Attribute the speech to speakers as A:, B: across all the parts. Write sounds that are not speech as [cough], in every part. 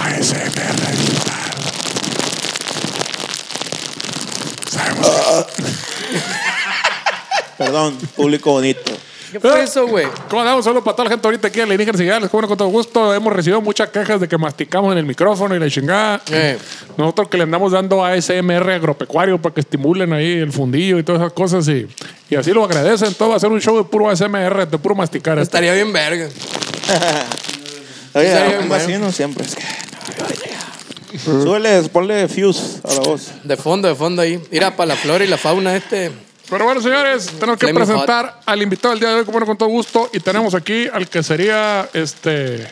A: ASMR digital. Sabemos
B: Perdón, público bonito.
C: ¿Qué
D: Ah.
C: fue eso, güey?
E: ¿Cómo andamos? Solo para toda la gente ahorita aquí, alienígenas y ya les con todo gusto. Hemos recibido muchas quejas de que masticamos en el micrófono y la chingada.
C: Eh.
E: Nosotros que le andamos dando ASMR agropecuario para que estimulen ahí el fundillo y todas esas cosas y, y así lo agradecen. Todo va a ser un show de puro ASMR, de puro masticar. Este esto.
C: Estaría bien verga.
B: Oye,
C: serio,
B: un
C: hermano?
B: vecino siempre. Es que, no, Súbele, ponle fuse a la voz.
C: De fondo, de fondo ahí. Mira, para la flora y la fauna este.
E: Pero bueno, señores, tenemos que
C: Flaming
E: presentar al invitado del día de hoy, como no, con todo gusto. Y tenemos aquí al que sería este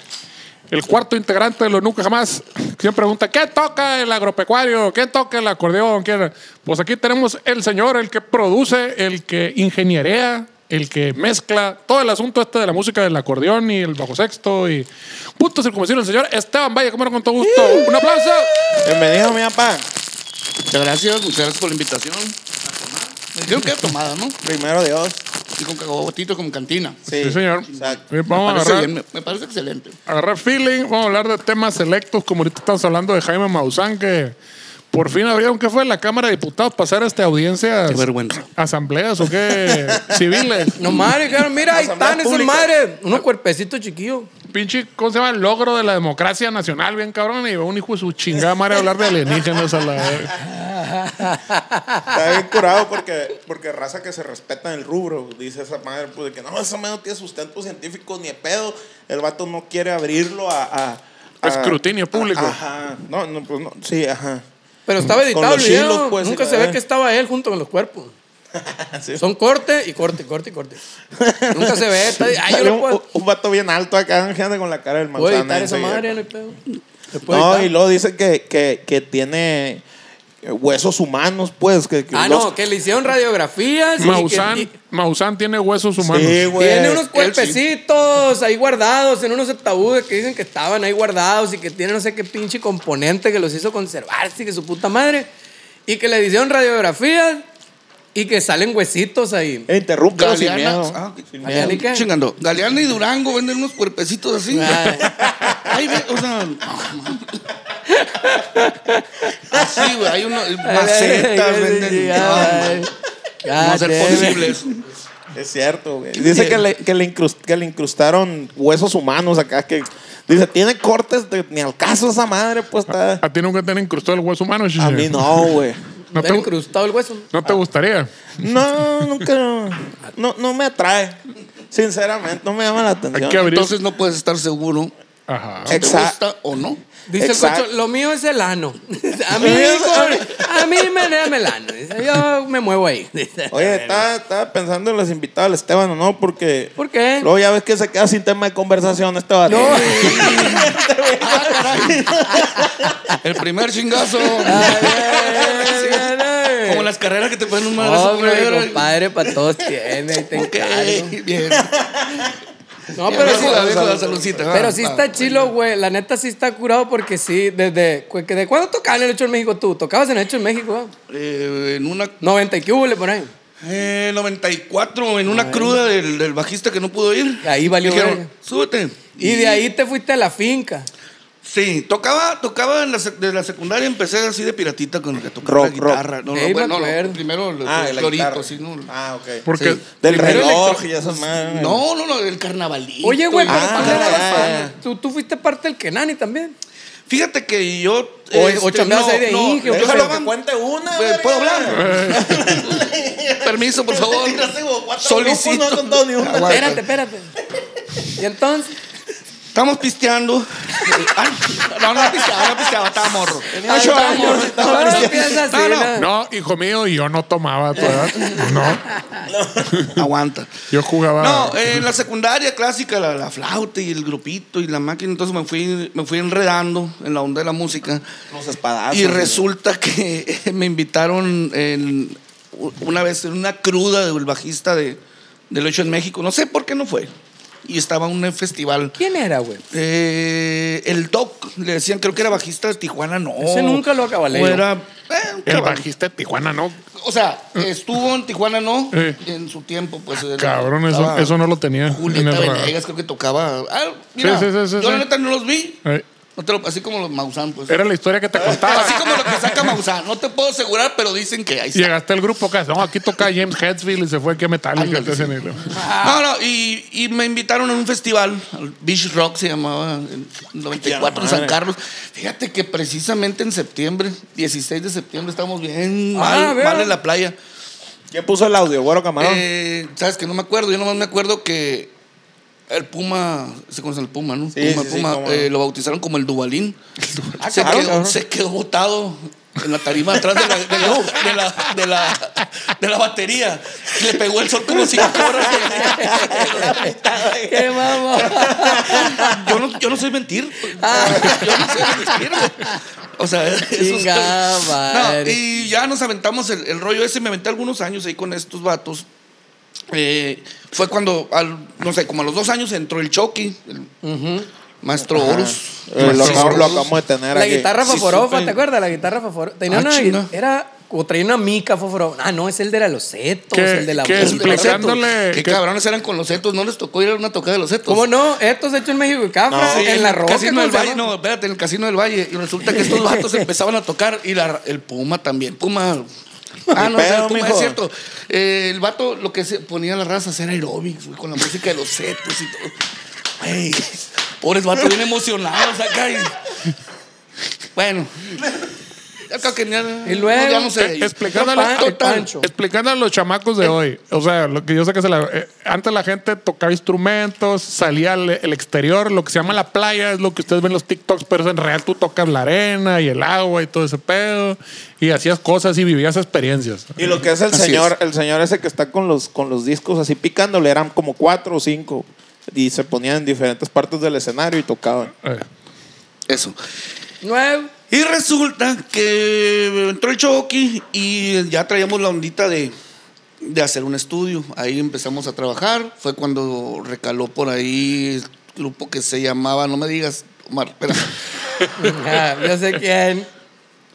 E: el cuarto integrante de lo Nunca Jamás. Quien pregunta, ¿qué toca el agropecuario? ¿Qué toca el acordeón? ¿Quién? Pues aquí tenemos el señor, el que produce, el que ingenierea, el que mezcla todo el asunto este de la música del acordeón y el bajo sexto y punto circunvencido, el señor Esteban Valle, como no, con todo gusto. ¡Un aplauso!
B: Bienvenido, mi papá.
D: Muchas gracias, muchas gracias por la invitación. Me dijeron que era tomada, ¿no?
B: Primero Dios.
D: Y con cagabotito, con cantina.
B: Sí,
E: Sí, señor.
B: Exacto.
E: Sí, Vamos a
D: parece
E: agarrar.
D: bien, me, me parece excelente.
E: agarrar feeling. Vamos a hablar de temas selectos, como ahorita estamos hablando de Jaime Maussan, que por fin abrieron, ¿qué fue? La Cámara de Diputados, pasar a esta audiencia.
D: Qué vergüenza.
E: Asambleas o qué, civiles.
C: No madre, claro, mira, ahí
B: Asamblea
C: están esos
B: Pública.
C: madres. Unos cuerpecitos chiquillos.
E: Pinche, ¿cómo se llama? El logro de la democracia nacional, bien cabrón. Y un hijo de su chingada madre a hablar de alienígenas a la eh. verga.
B: Está bien curado porque, porque raza que se respeta en el rubro. Dice esa madre, pues, de que no, esa madre no tiene sustento científico ni de pedo. El vato no quiere abrirlo a. a- a-
E: Escrutinio público.
B: Ajá. No, no, pues no. Sí,
C: [laughs]
B: ajá.
C: Pero estaba
B: Con
C: editado el
B: los
C: video.
B: hilos, pues,
C: Nunca
B: y
C: se
B: la-
C: ve que estaba él junto con los cuerpos.
B: Sí.
C: Son corte y corte, corte y corte. Nunca se ve. Está... Ay, yo
B: Salió
C: lo
B: un,
C: puedo,
B: un vato bien alto acá, gente con la cara del
C: puedo
B: manzana.
C: editar esa
B: enseguida.
C: madre, no hay pedo. Se puede
B: No,
C: editar.
B: y luego dice que, que, que tiene eh, huesos humanos, pues. Que, que
C: Ah,
B: los-
C: no, que le hicieron radiografías. y que-
E: Maussan,
C: y-
E: Maussan tiene huesos humanos.
B: Sí, güey.
C: Tiene unos
B: Pues, Él
C: cuerpecitos ahí guardados, en unos ataúdes que dicen que estaban ahí guardados y que tiene no sé qué pinche componente que los hizo conservarse, que su puta madre. Y que le hicieron radiografías y que salen huesitos ahí.
B: Eh, Interrúmpelo sin
D: Galeana.
B: miedo.
D: ah,
B: Sin
C: Ay,
B: miedo.
C: Ale- ¿Qué?
D: Chingando. Galeana y Durango venden unos cuerpecitos así.
C: Ay.
D: Ahí ve, o sea. no, man. así, güey. Hay unos macetas, venden. No,
C: ah,
D: man.
C: No
D: no va a ser posible eso.
B: Es cierto, güey. Dice que le, que, le incrus- que le incrustaron huesos humanos acá. que Dice, tiene cortes de, ni al caso esa madre, pues está.
E: A ti nunca te han incrustado el hueso humano,
B: A
E: chiche?
B: mí no, güey.
E: ¿No
C: Está
E: te,
C: incrustado el hueso.
E: no te gustaría?
B: No, nunca. No, no me atrae. Sinceramente, no me llama la
E: Hay que
B: atención.
E: abrir.
D: Entonces no puedes estar seguro
E: Ajá.
D: si te
B: Exacto.
D: gusta o no.
C: Dice
B: Exacto.
C: el cocho, lo mío es el ano. A mí, con- a mí me dame el ano. Dice, yo me muevo ahí. Dice,
B: Oye, estaba, estaba pensando en los invitados, al Esteban, ¿o no? Porque.
C: ¿Por qué?
B: Luego ya ves que se queda sin tema de conversación [laughs] este vato.
C: No. Ah,
D: pues, El primer chingazo. Como las carreras que te ponen un madrazo.
C: Hombre,
D: culero.
C: compadre, para todos tiene. Ahí te encargo.
D: Ok, bien.
C: No,
D: Pero
C: pero
D: sí,
C: sí,
D: la dejo la saludcita. Ah,
C: pero sí está chilo, güey. La neta sí está curado porque sí, desde. cu- que ¿De cuándo tocaban en el Hecho en México tú? ¿Tocabas en el Hecho en México?
D: Eh, en una.
C: 90 y qué hubo, le por ahí.
D: eh, 94, en una cruda del, del bajista que no pudo ir.
C: Ahí valió
D: Dijeron,
C: verga.
D: súbete.
C: Y de ahí te fuiste a la finca.
D: Sí, tocaba, tocaba en la, sec- de la secundaria, empecé así de piratita con el que tocaba
B: Rock,
D: la guitarra.
B: rock.
D: No, no,
C: Ey, me
D: bueno, no,
C: acuerdo.
D: primero el
B: Ah, de
D: el
B: la
D: florito,
B: guitarra.
D: sí, no.
B: Ah, ok.
E: Porque
D: Sí.
B: Del
D: Primero
B: reloj
D: electro-
B: y esas madres.
D: No, no, no, el carnavalito.
C: Oye, güey, pero
B: Ah,
C: tú, le dabas
B: ya,
C: pa-
B: ya.
C: tú, tú fuiste parte del Kenani también.
D: Fíjate que yo. este,
C: O- o chambeabas ahí de Inge, o qué
B: Déjalo
D: tocaban-
B: que cuente una,
D: Eh,
B: verga.
D: ¿Puedo hablar? Permiso,
B: [laughs]
D: por favor. Solicito.
B: No ha contado ni una.
D: Aguanta.
C: Espérate, espérate. Y entonces,
B: [laughs]
D: Estamos pisteando. Ay, no, no pisteaba, no pisteaba, estaba morro.
B: Ay,
C: Ay,
B: ay,
C: amor,
B: ay,
C: todo
B: ay,
C: empieza así,
D: no, no.
C: ¿no?
E: No, hijo mío, yo no tomaba a tu edad. No,
D: Aguanta.
E: yo jugaba.
D: No, en la secundaria clásica, la, la flauta y el grupito y la máquina, entonces me fui, me fui enredando en la onda de la música.
B: Los
E: Ah,
B: espadazos.
D: Y resulta que [laughs] me invitaron en- una vez en una cruda del bajista de, del 8 en México. No sé por qué no fue. Y estaba en un festival.
C: ¿Quién era, güey?
D: Eh, el Doc, le decían, creo que era bajista de Tijuana, no.
C: Ese nunca lo acabalé
D: O
C: yo.
D: era. eh, un
E: el
D: caballo.
E: bajista de Tijuana, ¿no?
D: O sea, estuvo en Tijuana, no.
E: Eh.
D: En su tiempo, pues. era-
E: Ah, Cabrón, eso,
D: estaba
E: eso no lo tenía. en
D: Julieta
E: el radar.
D: Venegas, creo que tocaba. Ah, mira,
E: Sí, sí, sí, sí,
D: yo la
E: sí.
D: neta no los vi.
E: Eh,
D: No te lo- así como los Maussan, pues.
E: Era la historia que te contaba.
D: Así como lo que saca Maussan. No te puedo asegurar, pero dicen que ahí está.
E: Llegaste al grupo que no, aquí toca James Hetfield y se fue aquí a Metallica.
D: Ándale,
E: este
D: sí.
E: senil.
D: No, no, y, y me invitaron a un festival, al Beach Rock se llamaba, en 94
E: Ah,
D: en
B: Ay, la
D: San
B: madre.
D: Carlos. Fíjate que precisamente en septiembre, 16 de septiembre, estábamos bien
C: Ah,
D: mal,
C: vea.
D: mal en la playa.
B: ¿Quién puso el audio, güero camarón?
D: Eh, Sabes que no me acuerdo, yo nomás me acuerdo que el Puma, se conoce el Puma, ¿no?
B: Sí,
D: Puma,
B: sí, sí,
D: Puma,
B: cómo
D: eh,
B: no.
D: lo bautizaron como el Dubalín.
B: [laughs] Ah,
D: se,
B: cabrón,
D: quedó,
B: cabrón.
D: se quedó botado en la tarima atrás de la, de la, de la, de la- de la batería. Le pegó el sol como cinco
B: [laughs]
D: [laughs] horas.
C: ¡Qué mamón! [laughs]
D: yo, no, yo no sé mentir. Yo no sé mentir. güey. O sea, eso es-
C: Chingada madre.
D: No, y ya nos aventamos el, el rollo ese. Me aventé algunos años ahí con estos vatos. Eh, fue cuando, al- no sé, como a los dos años entró el Chucky, el maestro Horus.
B: Eh, lo,
D: Sí,
B: acabo- lo
D: Horus.
B: acabamos de tener
C: La
B: aquí.
C: guitarra
D: Sí,
C: foforofa,
D: supe.
C: ¿te acuerdas? La guitarra foforofa. Tenía
D: Ah,
C: una.
D: chinga.
C: Era. O traía una mica foforofa. Ah, no, es el de los setos,
E: ¿Qué-
C: el de la
E: qué
C: voz, el de la-
D: Los setos.
E: Explicándole
D: Qué
E: que-
D: cabrones eran con los setos. No les tocó ir a una tocada de los setos.
C: ¿Cómo no? Estos hechos en México y Cafra,
D: Sí,
C: en la
D: el
C: roca.
D: Casino
C: ¿cómo
D: del
C: se
D: Valle,
C: llama?
D: no, espérate, en el Casino del Valle. Y resulta que
C: [laughs]
D: estos vatos empezaban a tocar y la- el Puma también. Puma. Ah, no, o sea,
B: pedo,
D: el Puma,
B: mijo.
D: es cierto. Eh, el vato lo que se ponía las razas era aeróbics, güey, con la música de los setos y todo. Güey, pobres vatos bien emocionados acá. y- Bueno. Ya creo que ya,
C: Y luego,
D: ya no Eh. sé.
E: Eh, explicándole,
C: Pan-
E: eh,
C: Total. Pancho.
E: explicándole a los chamacos de hoy. O sea, lo que yo sé que se la- eh, antes la gente tocaba instrumentos, salía al el exterior, lo que se llama la playa, es lo que ustedes ven en los TikToks, pero en real tú tocas la arena y el agua y todo ese pedo. Y hacías cosas y vivías experiencias.
B: Y lo que es el
D: Así
B: señor, el señor ese que está con los, con los discos así picándole, eran como cuatro o cinco. Y se ponían en diferentes partes del escenario y tocaban.
E: Eh,
D: Eso.
C: Nuevo.
D: Y resulta que entró el Chucky y ya traíamos la ondita de, de hacer un estudio. Ahí empezamos a trabajar. Fue cuando recaló por ahí el grupo que se llamaba, no me digas, Omar, espera, [laughs]
C: Ah, Yo sé quién.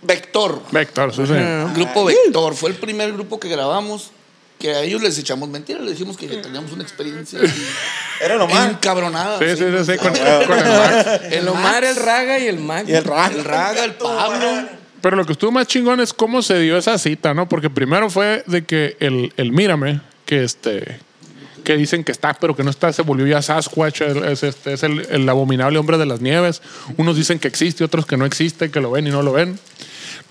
D: Vector.
E: Vector, sí, sí.
D: Grupo Vector. Fue el primer grupo que grabamos. Que a ellos les echamos mentiras, les dijimos que teníamos una experiencia así,
B: Era lo más.
D: encabronada.
E: Sí,
D: así.
E: sí, sí, sí, con- con
D: [laughs]
E: el Max.
C: El Omar, el Raga y el Max.
B: Y el rap.
D: El Raga, el Pablo.
E: Pero lo que estuvo más chingón es cómo se dio esa cita, ¿no? Porque primero fue de que el, el Mírame, que este que dicen que está, pero que no está, se volvió ya Sasquatch, el- es, este, es el, el abominable hombre de las nieves. Unos dicen que existe, otros que no existe, que lo ven y no lo ven.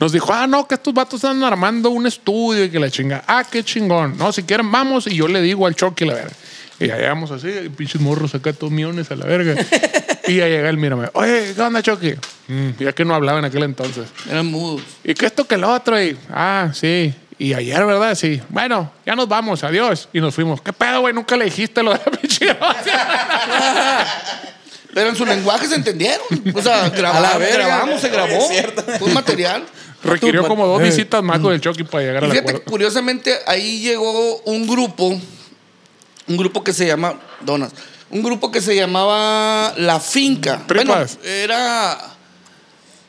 E: Nos dijo, ah, no, que estos vatos están armando un estudio y que la chinga, ah, qué chingón. No, si quieren, vamos y yo le digo al Chucky, la verga. Y ya llegamos así, y pinches morros acá, todos miones a la verga. y ya llega el mírame, oye, ¿qué onda, Chucky? Mm, ya que no hablaba en aquel entonces.
D: Eran mudos.
E: ¿Y que esto que el otro? Y, ah, sí. Y ayer, ¿verdad? Sí. Bueno, ya nos vamos, adiós. Y nos fuimos. ¿Qué pedo, güey? Nunca le dijiste lo de la [laughs] pinche
D: Pero en su lenguaje se entendieron. O
C: [laughs]
D: sea,
C: A la
D: grabamos,
C: verga.
D: grabamos se grabó. Fue un material.
E: Requirió
C: Tú,
E: como dos
C: eh.
E: visitas más con el Chucky para llegar
D: Y
E: al
D: fíjate,
E: acuerdo.
D: que curiosamente, ahí llegó un grupo, un grupo que se llama Donas, un grupo que se llamaba La Finca.
E: Tripas.
D: Bueno, era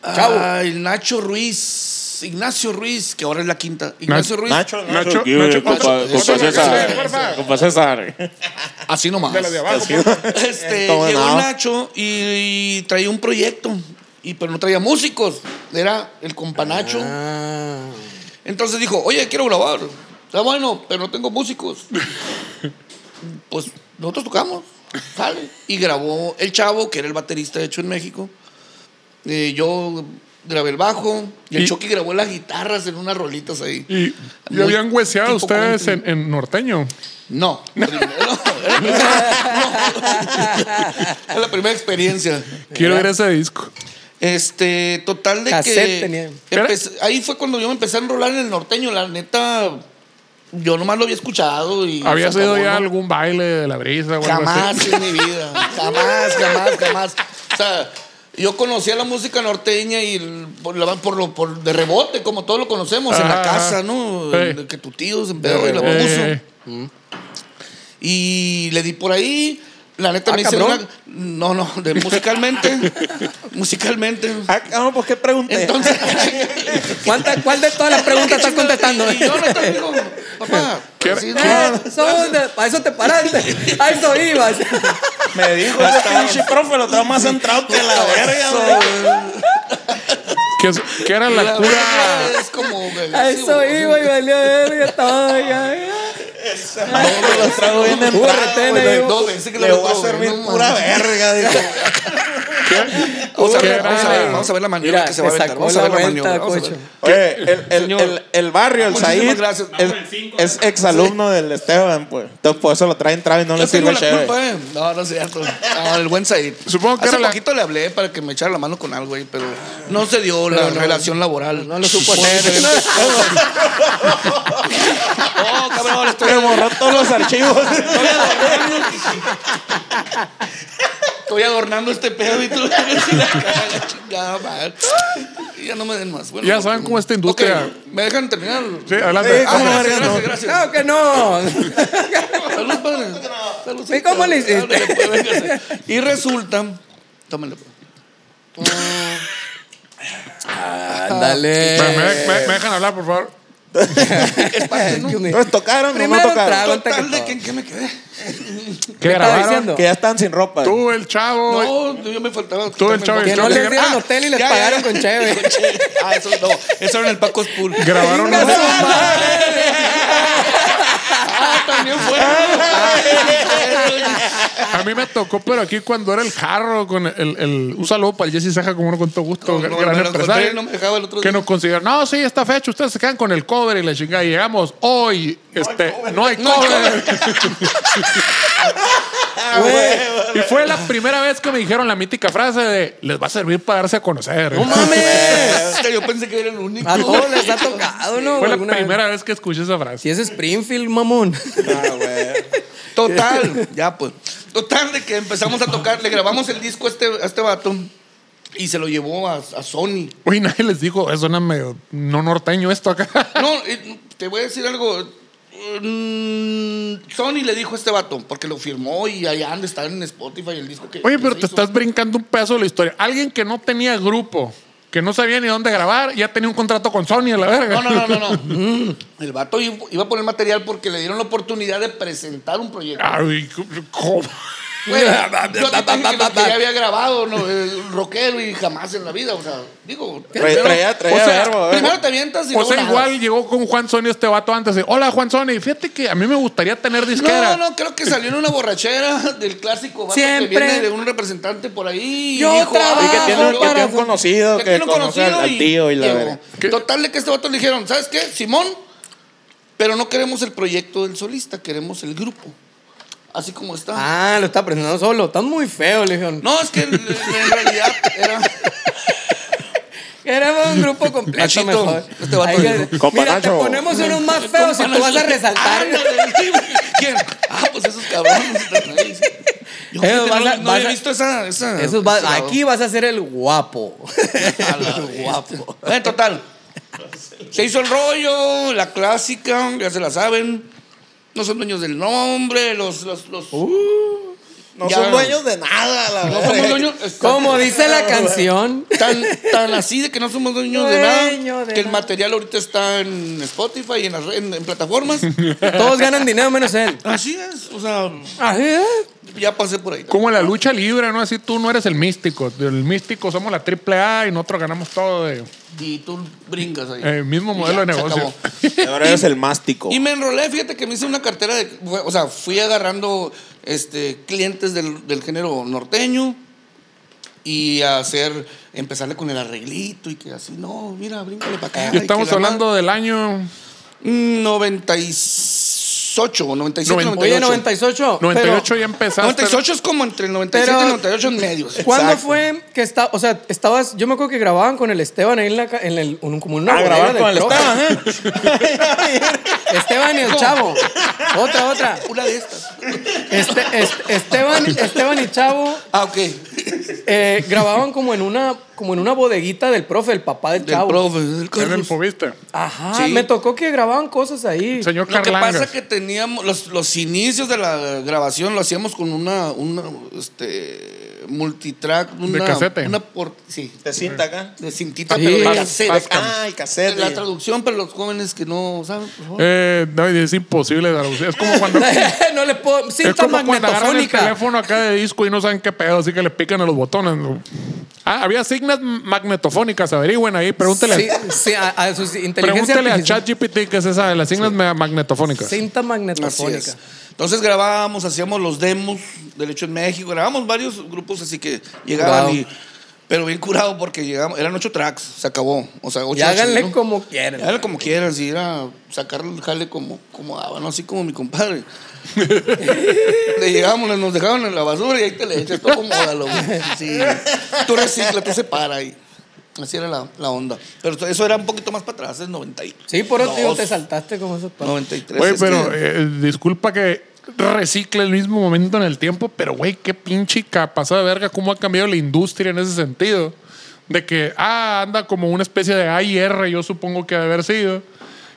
C: Chavo.
D: ay, Nacho Ruiz, Ignacio Ruiz, que ahora es la quinta. Ignacio Ruiz,
B: Nacho,
E: Nacho,
B: Nacho, ¿qué
E: Nacho,
B: hubo,
E: compa-
B: compa-
E: compa
B: compa
E: César,
B: César.
E: porfa.
B: Compa César.
D: así nomás.
E: De la de abajo,
B: Así.
E: porfa.
D: Este,
B: ¿Cómo
D: llegó
B: no?
D: Nacho y, y traía un proyecto, y, pero no traía músicos. Era el compa Nacho.
C: Ah.
D: Entonces dijo, oye, quiero grabar. Está bueno, pero no tengo músicos. pues nosotros tocamos. Sale. Y grabó el chavo, que era el baterista de hecho en México. Eh, yo grabé el bajo y el
E: Y-
D: Chucky grabó las guitarras en unas rolitas ahí.
E: Y, y
D: Muy
E: habían hueseado
D: tipo
E: ustedes en,
D: country.
E: en norteño.
D: No, primero. No. Es la primera experiencia.
E: Quiero ver ese disco.
D: Este, total de
C: Cassette tenía.
D: que. empecé- ahí fue cuando yo me empecé a enrolar en el norteño, la neta. Yo nomás lo había escuchado y.
E: ¿Habías
D: se
E: ido
D: acabó,
E: ya a
D: ¿no?
E: algún baile de la brisa o algo así?
D: Jamás en mi vida. Jamás, jamás, jamás. O sea, yo conocía la música norteña y el- por, la- por lo, por, de rebote, como todos lo conocemos, en la
E: Ajá,
D: casa, ¿no?
E: ajá.
D: El- que tu tío se empedó y la puso.
E: Eh,
D: Y le di por ahí. La neta
C: Ah,
D: me hice
C: cabrón.
D: una. No, no,
C: [laughs]
D: de musicalmente. musicalmente.
B: Ah, cabrón, pues qué pregunté.
D: Entonces.
C: ¿Cuánta- ¿Cuál de todas las preguntas estás contestando?
D: Y yo no te digo, papá.
E: ¿Quieres-
D: sí,
C: [laughs]
D: no.
C: Eh, son de- para eso te paraste. A eso ibas.
B: Me dijo
D: Pues,
B: ese pinche profe, lo tengo más centrado que la verga, güey.
E: ¿qué, es- qué era la
D: La
E: cura?
D: verdad Es como.
C: A eso
D: agresivo.
C: iba y valió verga todo. ya, ya.
B: Lo traigo bien
C: Hubo
B: entrado,
C: retén
B: güey.
C: ahí,
D: Le
C: hubo-
D: dos veces que
B: Le
D: lo
B: voy a
D: probé,
B: servir
D: no
B: pura
D: mames.
B: verga, dice.
D: [laughs] Vamos a
E: ¿Qué
D: ver,
E: era?
D: vamos a ver, vamos a ver la maniobra
C: Mira,
D: que se va a
C: le
D: aventar.
C: sacó
D: Vamos a
C: la
D: ver la
C: vuelta,
D: maniobra. vamos a
C: cocho.
D: ver.
B: Oye, el, el,
D: Señor.
B: el, el barrio, el
D: Muchísimas
B: Said,
D: gracias.
B: es, es exalumno del Esteban, pues. Entonces, por eso lo traen entrado y no le
D: Yo tengo
B: sirve
D: la
B: chévere.
D: culpa, eh. No, no es cierto. No, el buen Said.
E: Supongo que
D: Hace
E: era la-
D: poquito le hablé para que me echara la mano con algo, güey, pero no se dio la relación laboral.
C: No lo supo
D: Por
C: hacer.
D: diferentes cosas. [laughs] No, cabrón,
B: [laughs]
D: estoy
B: Me borró todos los archivos. [laughs]
D: Estoy adornando este pedo y tú [laughs] la cagas, chingada madre. Ya no me den más. Bueno,
E: Ya saben cómo esta industria-
D: Ok, ¿Me dejan terminar?
E: Sí, adelante.
B: Sí,
D: Ah,
B: cómo no,
D: gracias,
B: verga, no.
D: gracias, gracias.
C: Claro que no.
D: Salud, padre. Salud,
C: ¿Y cómo le hiciste?
D: Ándale, pues, véngase. Y resulta. Tómale. pues.
C: Eh, Ándale.
E: Me, me- me- me dejan hablar, por favor.
B: Entonces, ¿tocaron o no
C: Primero
B: tocaron?
C: trago antes que
D: Total, ¿de
C: todo.
D: que- en qué me quedé?
E: ¿Qué
C: estaba
E: grabaron?
C: diciendo?
B: Que ya están sin ropa.
E: Tú, el chavo.
D: No, yo me faltaba.
E: Tú, el chavo.
C: Que no les dieron hotel y les
D: "Ah, ya, ya,
C: pagaron
D: ya.
C: con
D: [laughs]
C: cheve.
D: Ah, eso no. Eso era en el Paco Spool. [laughs]
E: Grabaron
C: Venga,
E: una-
C: su madre.
D: Ah, también fue.
E: A mí me tocó, pero aquí cuando era el jarro, con el, el- un saludo para el Jesse Ceja, como no con todo gusto,
D: No, no,
E: gran
D: me lo
E: empresario.
D: encontré, no me dejaba el otro
E: que
D: día.
E: nos consideran, no, sí, esta fecha, ustedes se quedan con el cobre y la chingada. Y llegamos hoy, este, no hay Ah, cobre. [laughs] y fue la primera vez que me dijeron la mítica frase de, les va a servir para darse a conocer.
C: ¡No mames!
D: Hasta Yo pensé que era el único.
C: A todos les ha tocado, ¿no?
E: fue la
C: Alguna vez.
E: primera vez que escuché esa frase.
C: Si es Springfield, mamón.
B: Ah, güey.
D: Total, ya pues. Total de que empezamos a tocar, le grabamos el disco a este, a este vato y se lo llevó a, a Sony.
E: Uy, nadie les dijo, eso suena medio no norteño esto acá.
D: No, eh, te voy a decir algo. Mm, Sony le dijo a este vato, porque lo firmó y allá anda, está en Spotify el disco que.
E: Oye,
D: que
E: pero
D: se
E: te
D: hizo.
E: estás brincando un pedazo de la historia. Alguien que no tenía grupo, que no sabía ni dónde grabar, ya tenía un contrato con Sony a la verga.
D: No, no,
E: [laughs]
D: no, no,
E: Mm.
D: no. El vato iba iba a poner material porque le dieron la oportunidad de presentar un proyecto.
E: Ay,
D: [laughs]
E: ¿cómo? [laughs]
D: Güey, yo te dije que lo que ya había grabado, ¿no? Eh, rockero y jamás en la vida, o sea, digo.
B: Traía, traía, traía
E: o sea,
B: verbo, verbo.
D: Primero te avientas
E: O
D: y luego
E: sea,
D: nada.
E: igual llegó con Juan Sony este vato antes de, hola Juan Sony, fíjate que a mí me gustaría tener disquera.
D: No, no, creo que salió en una borrachera del clásico vato
C: Siempre.
D: que viene de un representante por ahí.
C: Yo trabajo
B: Y que tiene, un- que
C: para-
B: tiene un conocido que,
D: tiene un
B: conoce al,
D: conocido
B: al tío y la
D: llegó.
B: verga.
E: ¿Qué?
D: Total de que este vato le dijeron, ¿sabes qué? Simón, pero no queremos el proyecto del solista, queremos el grupo. Así como está.
C: Ah, lo está presentando solo. Están muy feos, le dijeron.
D: No, es que en en realidad
C: [laughs]
D: era...
C: Queremos un grupo completo
D: Nachito,
C: mejor.
D: este vato
C: Ahí
D: dijo.
C: que-
B: Compa
C: Mira, te
B: Nacho.
C: ponemos unos más feos y tú vas a
D: Ah,
C: resaltar.
D: Ándale, sí, güey. ¿Quién? Ah, pues esos
C: [laughs]
D: cabrones. están ahí. Yo
C: Eh, vas
D: fíjate, no,
C: a-
D: no
C: vas
D: había
C: a-
D: visto esa. esa
C: Esos va-
D: ese lado.
C: aquí vas a ser el guapo.
D: [laughs] A la
C: [laughs]
D: guapo. En Este, eh, total. Se hizo el rollo, la clásica, ya se la saben. No son dueños del nombre, los. los, los
B: No
D: Ya.
B: son dueños de nada, la
D: no
B: verga.
D: somos dueños.
C: Como dice la canción.
D: Tan, tan así de que no somos dueños de
C: Dueño
D: nada.
C: de
D: que el
C: nada.
D: material ahorita está en Spotify y en, las re- en- en plataformas.
C: Todos ganan dinero menos él.
D: Así es, o sea,
C: Así es.
D: ya pasé por ahí.
E: ¿eh? Como en la lucha libre, ¿no? Así tú no eres el místico. El místico somos la triple A y nosotros ganamos todo de
D: Y tú brincas ahí.
E: el mismo
D: Y
E: modelo
D: ya,
E: de
D: se
E: negocio.
D: acabó.
B: Y Ahora eres el mástico.
D: Y me enrolé, fíjate que me hice una cartera de. fue- O sea, fui agarrando este, clientes del, del género norteño. y hacer, empezarle con el arreglito y que así, no, mira, bríncale para acá.
E: Y estamos
D: que la Mm,
E: hablando del año
D: madre- 98 o 97,
E: Noventa-
C: Oye, 98.
D: 98.
E: 98
C: pero-
E: ya empezaste.
D: 98 es como entre el 97 y
C: Pero-
D: el 98 en medio.
C: ¿Cuándo
B: Exacto.
C: fue que está, o sea, estabas, yo me acuerdo que grababan con el Esteban ahí en la ca- en el en un- como una
B: A
C: bodega
B: grabar
C: del
B: con el
C: profe.
B: Esteban, ¿eh?
C: [laughs] Esteban y el Chavo. Otra, otra.
D: Una de estas.
C: Este- este- Esteban, Esteban y Chavo
D: Ah, ok.
C: eh, grababan como en una como en una bodeguita del profe, el papá del,
D: Del
C: Chavo.
D: profe. del
E: En el
D: Carlos.
E: Fobiste.
C: Ajá,
D: Sí.
C: me tocó que grababan cosas ahí. [laughs]
E: Señor
D: Lo que
E: Carlangas.
D: pasa que teníamos los, los inicios de la grabación lo hacíamos con una, una este, multitrack, una,
E: casete.
D: una por, sí,
B: Te sienta acá.
D: de cintita,
C: Sí.
D: pero de
C: Pas-
D: cassette.
E: Pascam.
B: Ah, el
D: Ah,
B: cassette.
D: La traducción para los jóvenes que no saben, por favor.
E: Eh, no, es imposible traducir. Es como cuando.
C: no le puedo
E: es
C: cinta
E: como cuando agarran el
C: magnetofónica.
E: teléfono acá de disco y no saben qué pedo, así que le pican a los botones. ¿no? Ah, había signas magnetofónicas, averigüen ahí, pregúntele.
C: Sí, sí, a, a sus inteligencia
E: Pregúntele a
C: artificial.
E: ChatGPT que es esa de las signas ma- magnetofónicas.
C: Cinta
D: Así es.
C: magnetofónica.
D: Entonces grabábamos, hacíamos los demos del hecho en México, grabábamos varios grupos, así que llegaban
C: Wow.
D: y. Pero bien curado porque llegamos, eran ocho tracks, se acabó. O sea, ocho
C: Y háganle
D: ocho, ¿no?
C: como quieran.
D: Háganle como quieran, si era sacar el jale como, como daba, ¿no? Así como mi
C: [laughs]
D: compadre. le llegamos, nos dejaban en la basura y ahí te le echas todo como ódalo, güey. Sí. Tú reciclas, tú separas ahí. Así era la, la onda. Pero eso era un poquito más para atrás, es 92.
C: Sí, por eso digo, te
D: saltas.
C: saltaste como esos pa-
D: 93.
E: Güey,
D: es
E: pero
D: que-
E: eh, disculpa que recicle el mismo momento en el tiempo, pero güey, qué pinche pasada de verga cómo ha cambiado la industria en ese sentido. De que, ah, anda como una especie de A y R, yo supongo que ha de haber sido.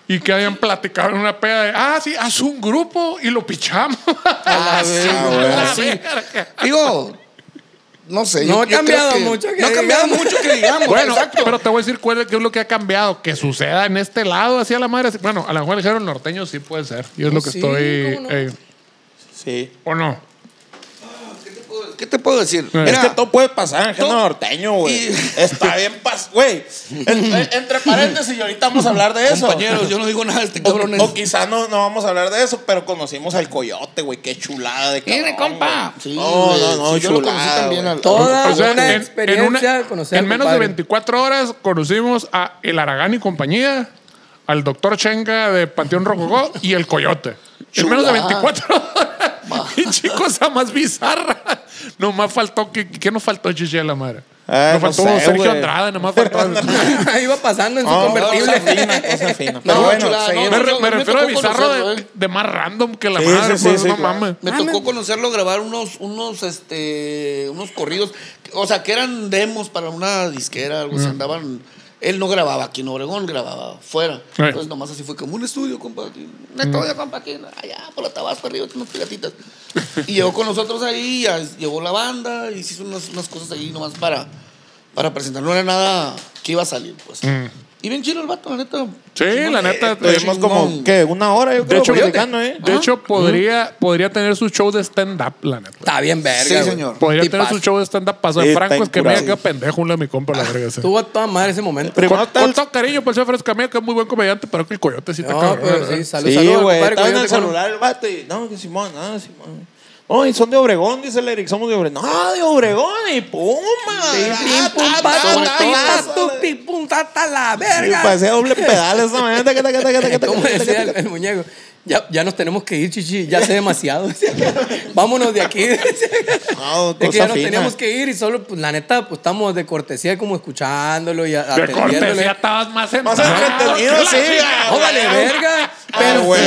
E: Y que hayan platicado en una peda de, ah, sí, haz un grupo y lo pichamos. [laughs]
D: Ah, sí,
E: verga.
D: güey, sí. Digo, no sé.
C: No ha
D: creo
C: cambiado mucho que
D: No ha cambiado
C: digamos.
D: mucho que digamos.
E: bueno,
D: exacto.
E: pero te voy a decir cuál es, qué es lo que ha cambiado. Que suceda en este lado, así a la madre. así- Bueno, a lo mejor dijeron norteño, sí puede ser. Y es lo que
C: Sí,
E: estoy.
C: ¿cómo no?
E: eh,
B: Sí.
E: ¿O no?
D: ¿Qué te puedo decir?
E: Eh.
D: Mira,
B: Es que todo puede pasar en género
D: todo-
B: norteño, güey.
D: y-
B: Está bien, pas güey. En- en- Eh, entre paréntesis, y ahorita vamos a hablar de eso.
D: compañeros, yo no digo nada de este
B: O,
D: cabrón.
B: o quizá no, no vamos a hablar de eso, pero conocimos al coyote, güey. Qué chulada de cabrón.
D: Mire,
B: güey.
D: compa. Sí,
B: no,
D: güey,
B: no, no,
D: sí, yo lo conocí
B: chulada,
D: también
B: güey.
D: al-
C: Toda
E: O sea,
C: Ah, una
E: en- en
C: experiencia
E: una-
C: conocer
E: en
C: al
E: menos de
C: compadre.
E: 24 horas conocimos a El Aragán y compañía, al doctor Chenga de Panteón Rococó y el Coyote. En menos de 24
C: [laughs]
E: horas. Pinche cosa más bizarra. Nomás faltó. ¿Qué, qué nos faltó, Chichi, a la madre?
B: Ah,
E: nos
B: no
E: faltó
B: sé,
E: Sergio
B: güey.
E: Andrade, nomás faltó.
B: [laughs]
C: [laughs] Iba pasando en su
B: Ah, No,
C: convertible.
B: Cosa fina, cosa fina.
D: No,
B: Pero bueno,
D: chulada, no,
B: seguimos.
E: me, re-
D: yo-
E: me
D: me
E: refiero a
D: tocó
E: bizarro
D: conocerlo,
E: de,
D: eh.
E: de más random que la
B: Sí,
E: madre.
B: sí,
E: pues,
B: sí,
E: no
B: sí,
E: mames.
D: Me tocó conocerlo grabar unos, unos, este, unos corridos, o sea, que eran demos para una disquera, algo así, andaban. Él no grababa aquí en Obregón, grababa fuera. Entonces nomás así fue como un estudio, compa, aquí, un estudio, compa, aquí, allá, por la Tabasco, arriba, unas piratitas. Y llegó con nosotros ahí, ya llevó la banda, y se hizo unas, unas cosas ahí nomás para, para presentar. No era nada que iba a salir, pues. Y bien chido el vato, la neta.
E: Sí, la neta,
D: eh,
B: Tuvimos como,
D: chingón.
B: ¿qué? Una hora, yo
E: De
B: creo,
E: hecho,
B: platicando, ¿eh?
E: de hecho, podría, podría tener su show de stand-up, la neta.
C: Está bien verga,
D: Sí,
C: güey.
D: señor.
E: Podría tener
C: Tipazo.
E: su show de stand-up paso
B: Sí,
E: de
B: está
E: Franco, es que me
B: incurable. Ah,
E: diga que pendejo un mi compa la verga. sí.
C: Estuvo a toda madre ese momento.
B: Primero
E: Con,
B: está
E: con
B: el-
E: todo cariño, por ser fresca mía, que es muy buen comediante, pero que el coyote sí está
C: No,
E: cabrón.
C: pero
E: ¿verdad?
C: sí, salud,
B: Sí,
C: salud.
B: güey.
C: compadre,
B: Estaba en el
C: cuídate, cabrón.
B: celular el vato y, no, que Simón, ah, Simón. No, y son de Obregón, dice el Eric, somos de Obregón. No, de Obregón, y Ah, pum,
C: Pim, pum, pa, tu, pi, pa, tu, pi, pum, ta, ta, la verga.
B: Pasé [laughs] doble pedal esa mañana. taca, taca, taca, taca,
C: Como
B: taca,
C: decía
B: taca,
C: el,
B: taca.
C: el muñeco, ya, ya nos tenemos que ir, chichi, ya sé demasiado. [laughs] decía. Vámonos
B: [laughs]
C: de aquí. decía.
B: No,
C: Es que
B: cosa
C: ya nos
B: fina.
C: teníamos que ir y solo, pues la neta, pues estamos de cortesía como escuchándolo y a-
E: De
C: atendiéndolo.
E: cortesía estabas más en.
B: Más entretenido, sí. ah,
C: No vale
B: güey.
C: verga,
B: Ah,
C: pero
B: güey.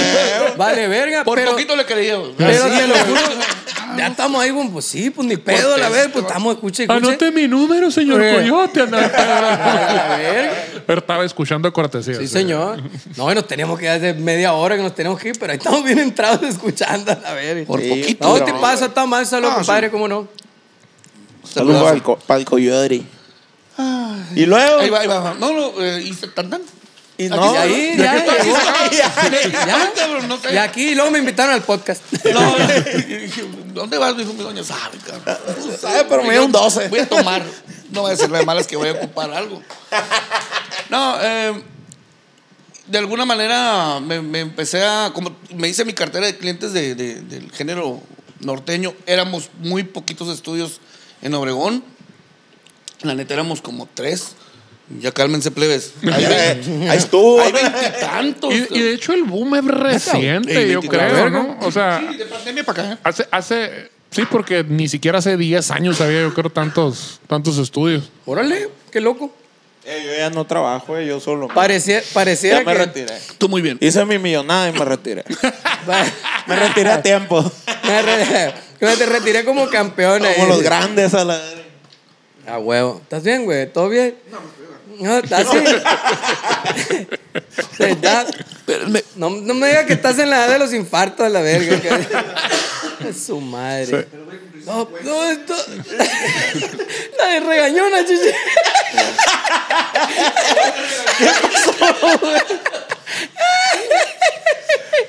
C: vale verga,
D: Por
C: pero
D: poquito le creía. güey.
C: pero te lo juro,
B: [laughs]
C: ya estamos ahí, bueno, pues sí, pues ni pedo a la vez, pues estamos escucha y
B: Ah,
C: escucha.
E: Anote mi número, señor
C: Eh.
E: coyote.
C: [laughs]
E: andaba-
B: [laughs]
C: A la verga.
E: Pero estaba escuchando cortesía.
C: Sí, señor. No, y nos teníamos que ir hace media hora que nos teníamos que ir, pero ahí estamos bien entrados escuchando a la verga.
D: Por
B: Sí,
D: poquito.
C: No, te pasa, está mal, saludos, compadre, cómo no.
B: Saludos al co- para el Coyodri. Y luego.
D: Ahí va, ahí va, ahí va. No, no, eh, y se tan tan.
B: Y
C: No,
B: no.
C: y ahí, ya,
D: aquí está,
C: llegó.
B: [laughs]
D: aquí
C: Ya.
D: Ah, cabrón, no sé.
C: Y aquí luego me invitaron al podcast.
D: No, eh, dije, ¿dónde vas? Me dijo mi doña, sabe, cabrón. No
B: sabe, pero me dio un 12.
D: Voy a tomar. No voy a decirle de malas que voy a ocupar algo. No, eh, de alguna manera me, me empecé a. Como me hice mi cartera de clientes de- de- del género norteño. Éramos muy poquitos estudios en Obregón. La neta éramos como tres. Ya cálmense, plebes.
B: [laughs]
D: Hay, ve-
B: Ahí, ahí estuvo.
D: hay veintitantos.
E: Y, y de hecho el boom es reciente,
D: Ey,
E: yo
D: 23,
E: creo,
D: verga.
E: ¿no? O sea,
D: Sí, de pandemia para acá.
E: hace, hace, sí, porque ni siquiera hace 10 años había, yo creo, tantos, tantos estudios.
C: [laughs] Órale, qué loco.
B: Eh, yo ya no trabajo, eh, yo solo.
C: Parecía,
B: Ya
C: pareciera
B: me
C: que.
B: retiré.
D: Tú muy bien.
B: Hice mi millonada y me retiré.
C: pa-
B: me retiré a tiempo.
C: [laughs]
B: [laughs]
C: me re- me te retiré como campeón ahí.
B: Como los grandes a la.
C: A huevo. ¿Estás bien, güey? ¿Todo bien? No, ¿estás bien? [laughs] ¿Estás-
D: Espérenme.
C: No, no me digas que estás en la edad de los infartos a la verga. [laughs] que- Su madre. No, no, esto. La de regañona, chichi.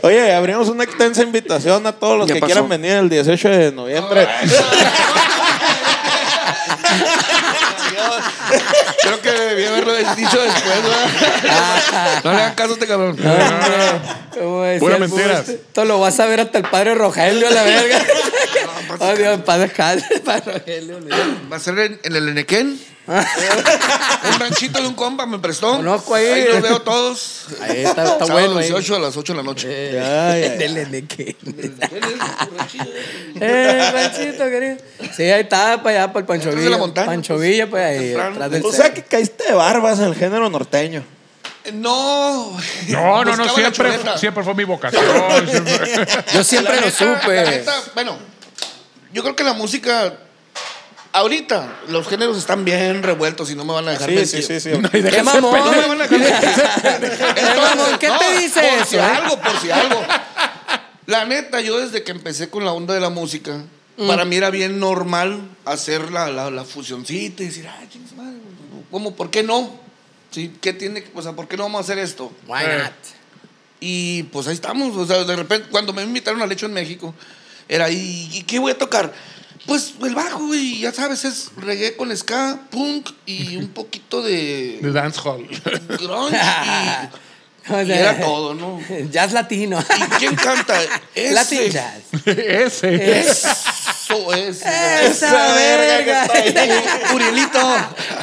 B: Oye, abrimos una extensa invitación a todos los
D: Ya
B: que
D: pasó.
B: quieran venir el 18 de noviembre.
D: [laughs] Creo que debí haberlo dicho después,
C: [laughs]
D: ¿verdad? No le hagan caso a este cabrón.
C: Como decía
E: Pura
C: el
E: mentira.
C: Busto, Esto lo vas a ver hasta el padre Rogelio a la [laughs] verga. oh, Dios, el padre, [laughs] el padre Rogelio.
D: Va a ser en, en el
C: [laughs]
D: Enequén. un ranchito de un compa me prestó.
C: Conozco ahí.
D: los veo todos.
C: Ahí está, está
D: Sábado
C: bueno. ahí.
D: 18 a las 8 de la noche.
C: Eh,
B: Ay, ay, ay.
C: Del NK. Eh, ranchito, querido. Sí, ahí está, para allá, para el Pancho
D: Atrás
C: Villa.
D: de la montaña,
C: Pancho
D: pues,
C: Villa, pues ahí,
D: temprano.
C: atrás del
B: O
C: cerro.
B: sea que caíste de barbas en el género norteño.
D: No.
E: No, no, no,
D: Buscaba la
E: siempre,
D: chuleta.
E: siempre fue
F: [laughs]
E: mi vocación. siempre.
C: Yo siempre
D: La
C: lo
D: neta, la
C: supe.
D: neta, bueno, yo creo que la música. Ahorita los géneros están bien revueltos y no me van a dejar
B: Sí, sí,
D: mentir.
B: sí, sí.
C: ¡Qué mamón!
D: No me van a dejar mentir.
C: Eh, mamón, ¿qué te dice
D: Por
C: eso,
D: si
C: eh?
D: algo, por si algo. La neta, yo desde que empecé con la onda de la música,
C: Mm.
D: para mí era bien normal hacer la, la, la fusioncita y decir, ay, chingas madre, ¿cómo? ¿Por qué no? ¿Sí? ¿Qué tiene? que- O sea, ¿por qué no vamos a hacer esto?
C: Why not?
D: Y pues ahí estamos. O sea, de repente, cuando me invitaron a Lecho en México, era, ¿y, y qué voy a tocar? Pues el bajo, y ya sabes, es reggae con ska, punk y un poquito
E: De [laughs]
D: de
E: dancehall.
D: grunge.
C: [laughs] O
D: Y, y
C: sea,
D: era todo, ¿no?
C: Jazz latino.
D: ¿Y quién canta? Ese.
C: Latin jazz.
D: Eh,
E: Ese.
D: Eso es.
C: Esa verga.
B: [laughs]
D: Urielito.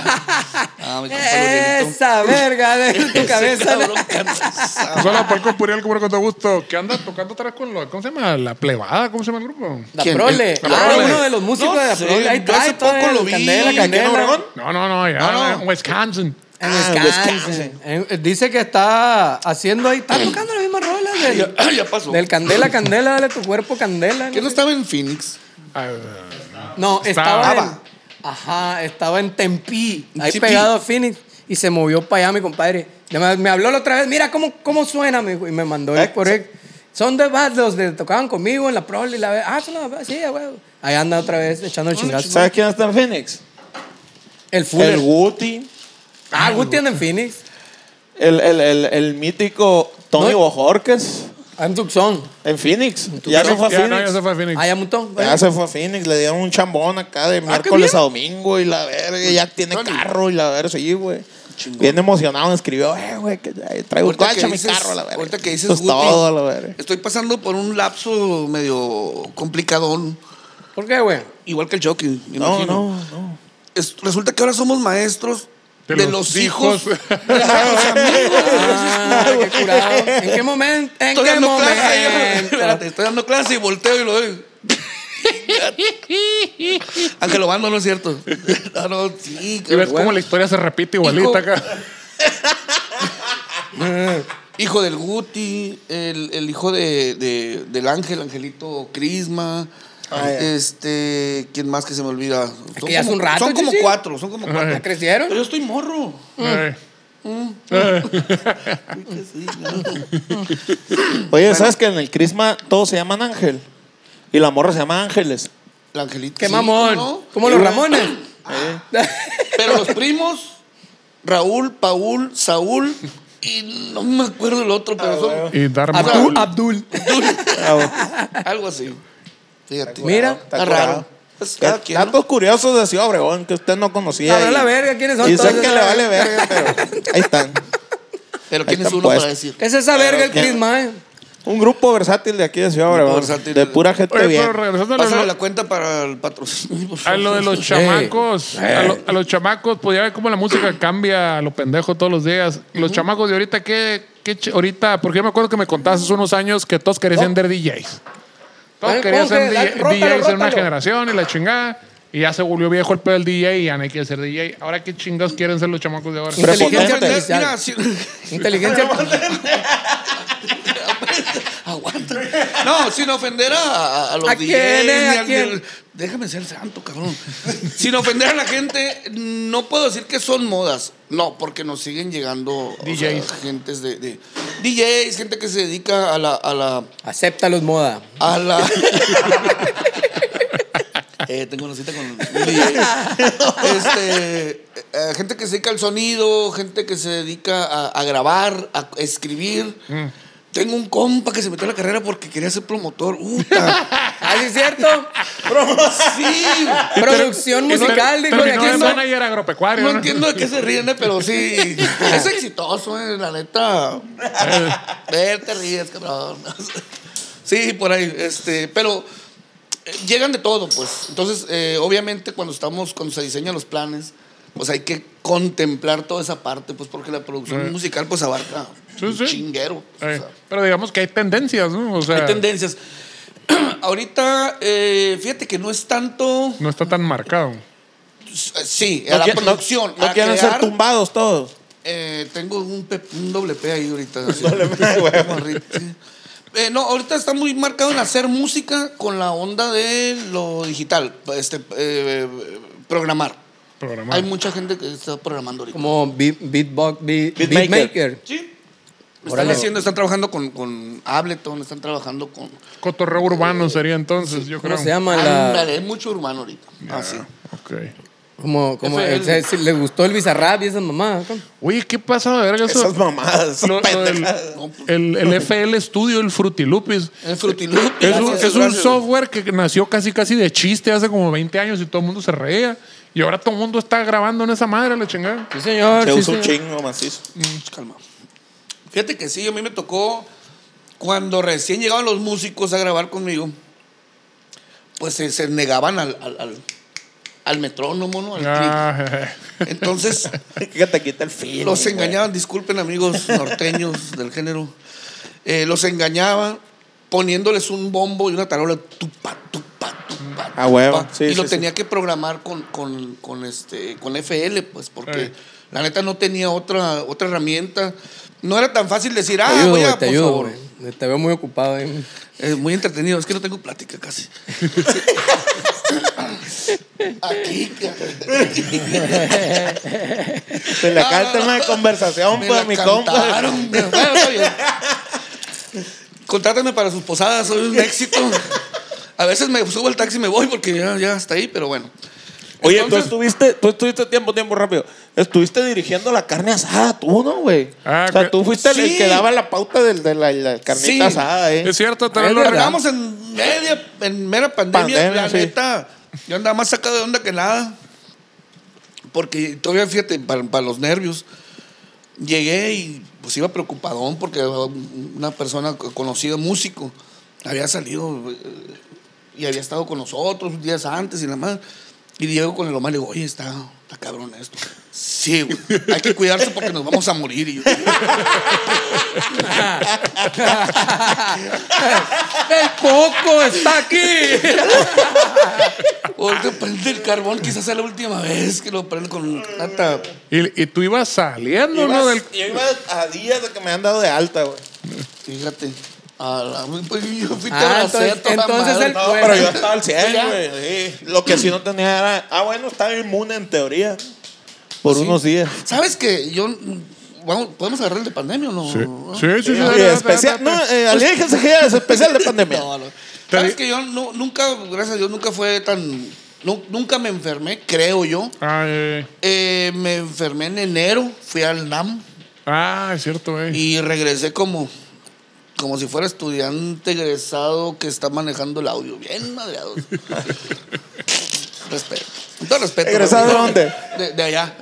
D: Ah, me encanta el Urielito.
C: Esa verga de tu
D: Ese
C: cabeza.
D: cabrón canta esa-
E: Hola, Paco Puriel, como con todo gusto. Que anda tocando otra vez con los. ¿Cómo se llama? La plebada, ¿cómo se llama el grupo?
C: La
D: ¿Quién?
C: Prole.
D: La
C: Ah,
D: Prole.
C: uno de los músicos
D: No
C: de la
D: sé,
C: Prole. Ahí
D: yo hace
C: trae todo
D: poco lo
C: el
D: vi.
C: Candela,
D: ¿Aquí en
C: Candela.
D: Obregón?
E: No, no, no, ya.
D: No, no.
E: en Wisconsin.
C: En
B: Ah, en
C: Wisconsin. En- eh, Dice que está haciendo ahí, está tocando la misma rola
D: [coughs]
C: del,
D: Ya, ya pasó.
C: del Candela, Candela, dale tu cuerpo, Candela.
D: ¿Quién no estaba en Phoenix?
E: Ah,
C: No,
E: Estaba-
C: estaba en,
D: Estaba.
C: ajá, estaba en Tempi, ahí
D: Tempi.
C: pegado a Phoenix, y se movió para allá mi compadre. Ya Me, me habló la otra vez, mira cómo, cómo suena, me dijo, y me mandó el
B: Eh,
C: correo. Son de Bad, los de tocaban conmigo en la prole y la ve- ah, son los de Bad, sí, a huevo. Ahí anda otra vez echando el chingazo.
B: ¿Sabes quién está en Phoenix?
C: El
B: El
C: Fuller.
B: Guti.
C: ah, Guti anda en Phoenix,
B: El, el, el, el mítico Tony
C: No.
B: Bojorques
C: Ah, en Tucson,
B: en Phoenix. Ya se
D: Ah,
B: fue a
E: ya, no, ya
B: Phoenix.
E: se fue a Phoenix.
C: allá Mutón.
B: Ya se fue Ah, a Phoenix, le dieron un chambón acá de miércoles a domingo y la verga, ya tiene carro y la verga, sí, güey. Bien emocionado, me escribió, eh, güey, que ya traigo el
D: Ahorita
B: coche
D: que
B: a mi
D: dices-
B: carro, la verga.
D: Ahorita que dices
B: Eso es
D: Guti,
B: todo, la verga.
D: Estoy pasando por un lapso medio complicadón,
C: ¿Por qué, güey?
D: igual que el Chucky. me
B: No,
D: imagino.
B: no, no.
D: Es- resulta que ahora somos maestros de, los, hijos.
C: Ah, qué curado. ¿En qué momento? ¿En
D: Estoy
C: qué
D: dando clase. yo-
C: momento?
D: [laughs] espérate, estoy dando clase y volteo y lo doy.
C: [laughs]
D: Aunque lo mando, no
C: [laughs]
D: es cierto. [laughs] No, no, sí,
E: Y ves
D: güey.
E: cómo la historia se repite igualita acá.
D: Hijo del Guti, el, el hijo de, de- del ángel, Angelito Crisma. Ah, este, ¿quién más que se me olvida? Son
C: que ya hace
D: como-
C: un rato,
D: Son como
C: chichi.
D: cuatro, son como cuatro.
C: ¿Ya crecieron?
D: Pero yo estoy morro.
E: Ay.
B: Oye, ¿sabes que en el Crisma todos se llaman Ángel? Y la morra se llama Ángeles.
D: El Angelito.
C: ¡Qué
D: sí,
C: mamón!
D: ¿no?
C: Como los Ramones.
D: Pero los primos, Raúl, Paul, Saúl y no me acuerdo el otro, pero son
E: Y Dharma.
C: Abdul. Abdul.
D: algo así. Fíjate.
C: Mira,
D: está raro. Pues cada quien, ¿no?
B: Eh, Datos curiosos de Ciudad Obregón que usted no conocía.
C: Sabrá
B: y-
C: la verga quiénes son
B: Y sé
C: todos
B: que
C: esos,
B: le
C: la
B: vale
C: verga.
B: verga, pero ahí están.
D: Pero quién
B: Ahí
D: es
B: están
D: uno para
B: puestos.
D: decir.
C: ¿Qué es esa verga el eh.
B: ¿quién?
C: Chris Mae?
B: Un grupo versátil de aquí de Ciudad
D: Grupo
B: Obregón.
D: versátil.
B: De pura gente
E: Oye,
B: bien.
E: pero regresando a
D: Pásame
E: lo,
D: la cuenta para el patrocinio. por
E: a Ah, lo
C: [laughs]
E: de los
D: favor.
E: chamacos, a, lo- a los chamacos, pues ya ve cómo la música cambia a lo pendejo todos los días. Los chamacos de ahorita, ¿qué, qué ch- ahorita? Porque yo me acuerdo que me contaste hace unos años que todos querían
C: Oh.
E: ser DJs. Todos
C: Dale,
E: querían ser
C: ponte, dale,
E: DJ
C: eh, rótalo,
E: DJs en una
C: rótalo.
E: generación y la chingada. Y ya se volvió viejo el pedo del DJ y ya no hay que ser DJ. Ahora, ¿qué chingados quieren ser los chamacos de ahora?
C: Inteligencia
B: Prepotente.
C: artificial.
D: Mira, sí.
C: Inteligencia artificial. [laughs]
D: Aguanta. No, sin ofender a- a, a los
C: ¿A
D: DJs.
C: quién, eh? ¿A
D: ni al-
C: quién?
D: ni al- Déjame ser santo, cabrón. sin ofender a la gente, no puedo decir que son modas. No, porque nos siguen llegando o sea,
E: DJs.
D: gentes de, de- DJs, gente que se dedica a la, a la,
C: Acéptalos, moda.
D: a la. Eh, tengo una cita con un DJ. Este, eh, gente que se dedica al sonido, gente que se dedica a, a grabar, a escribir.
C: Mm.
D: Tengo un compa que se metió a la carrera porque quería ser promotor. Uta.
C: [laughs] ¿Ah, sí es cierto?
D: sí.
C: Producción musical, dijo de
E: Terminó
C: aquí.
E: de
C: no-
E: manager agropecuario.
D: No
E: ¿no?
D: entiendo de qué se ríen, eh, pero sí. Es exitoso, eh, la neta. Eh, te ríes, cabrón. Sí, por ahí. Este, pero eh, llegan de todo, pues. Entonces, eh, obviamente, cuando estamos, cuando se diseñan los planes, pues hay que contemplar toda esa parte, pues, porque la
B: Eh.
D: producción musical, pues, abarca
E: Sí,
D: un
E: sí.
D: chinguero. pues, o
E: Eh,
D: sea.
E: pero digamos que hay tendencias, ¿no? O sea,
D: Hay tendencias. [clears throat] Ahorita, eh, fíjate que no es tanto.
E: no está tan marcado.
D: Sí, a
B: No
D: la
B: qui- no-
D: producción.
B: No,
D: a
B: quieren
D: crear,
B: ser tumbados todos.
D: eh, tengo un, pe- un doble P ahí ahorita. así. Morrito, sí. Eh, no, ahorita está muy marcado en hacer música con la onda de lo digital, este, eh, programar.
E: Programar.
D: Hay mucha gente que está programando ahorita.
C: Como beat- beatbox, beat-
B: Beatmaker.
C: beatmaker.
D: Sí. Están
C: Órale.
D: haciendo, están trabajando con, con Ableton, están trabajando con...
E: Cotorreo urbano sería entonces, yo creo.
C: ¿Cómo se llama? La,
D: Ándale, es mucho urbano ahorita. Ah, sí.
E: Ok.
C: como como
D: Ese-
C: o sea, si le gustó el bizarrap y esas mamadas. ¿no?
E: Oye, ¿qué pasa de verga eso?
B: Esas mamadas.
E: [laughs]
B: Son
E: Lo- lo del-
B: pendejadas.
E: el, el FL Studio, el Frutilupis.
D: El Fruity Loop.
E: Es un,
D: Gracias,
E: es un
D: gracias.
E: software que nació casi casi de chiste hace como 20 años y todo el mundo se reía. Y ahora todo el mundo está grabando en esa madre, la chingada.
C: Sí, señor.
B: Se
C: sí,
B: usa un
C: señor.
B: chingo macizo. [laughs]
D: Ch, Calma. Fíjate que sí, a mí me tocó cuando recién llegaban los músicos a grabar conmigo, pues se, se negaban al, al, al- al metrónomo, ¿no? Al
E: Ah,
D: clic. Entonces
B: Que te quita el filo.
D: los
B: güey.
D: engañaban, disculpen amigos norteños del género, Eh, los engañaban poniéndoles un bombo y una tarola, tupa, tupa, tupa.
B: A huevo,
D: tupa.
B: sí,
D: y
B: sí,
D: lo
B: sí.
D: tenía que programar con, con, con, este, con FL, pues, porque
E: Ey.
D: la neta no tenía otra, otra herramienta. No era tan fácil decir, ah,
C: Te ayudo,
D: voy
C: güey,
D: a,
C: te
D: por
C: ayudo,
D: favor.
C: güey. Te veo muy ocupado. eh.
D: Eh, muy entretenido, es que no tengo plática casi. Aquí,
B: Se le
D: No,
B: cae
D: no,
B: el tema
D: no.
B: de conversación,
D: Me
B: pues,
D: la
B: mi compa.
D: cantaron, güey. Bueno, está bien. Contrátame para sus posadas, soy un éxito. A veces me subo al taxi y me voy porque ya, ya está ahí, pero bueno.
B: Oye,
D: Entonces-
B: tú estuviste, tú estuviste tiempo, tiempo rápido. Estuviste dirigiendo la carne asada, tú, ¿no, güey?
E: Ah,
B: o sea,
E: que-
B: tú fuiste
D: Sí.
B: el que daba la pauta del- de la, la carnita
D: Sí.
B: asada, ¿eh?
E: es cierto,
D: Nos
E: también lo-
D: largamos en media, en mera pandemia,
B: Pandemia,
D: la
B: sí.
D: neta. Yo andaba más sacado de onda que nada. Porque todavía, fíjate, para los nervios. Llegué y pues iba preocupadón porque una persona conocida, músico, había salido eh, y había estado con nosotros días antes y nada más. Y llego con el Omar y le digo, oye, está, está cabrón esto. Sí, güey, hay que cuidarse porque nos vamos a morir. Y yo,
C: ¡El coco está aquí!
D: Ahorita "Oh, prende el carbón, quizás sea la última vez que lo prendo con tanta
E: y, y tú ibas saliendo,
B: Ibas-
E: ¿no? Del,
B: Yo iba a días de que me han dado de alta, güey.
D: Fíjate. A la, pues, yo fui
C: Ah,
D: terracero,
C: entonces-
D: toda
C: entonces
D: madre.
C: el-
B: No,
C: Bueno.
B: pero yo estaba al 100,
D: Ya.
B: güey. sí. Lo que sí no tenía era. Ah, bueno, estaba inmune en teoría. Por unos días.
D: ¿Sabes que yo vamos, podemos agarrar el de pandemia o no? Ah.
E: Sí,
D: ¿No?
E: sí, sí. sí,
B: Oye,
E: date,
B: especial.
E: date,
B: No,
E: date.
B: eh, aléjense que ya es especial de pandemia.
D: No, no. ¿Sabes que yo no- nunca, gracias a Dios, nunca fue tan nu- nunca me enfermé, creo yo.
E: Ay, ay,
D: Eh, me enfermé en enero, fui al NAM
E: Ah, es cierto, güey.
D: y regresé como como si fuera estudiante egresado que está manejando el audio, bien madreado. respeto. Con Todo respeto.
B: ¿Egresado de
D: ¿no?
B: dónde?
D: De, [laughs] de allá.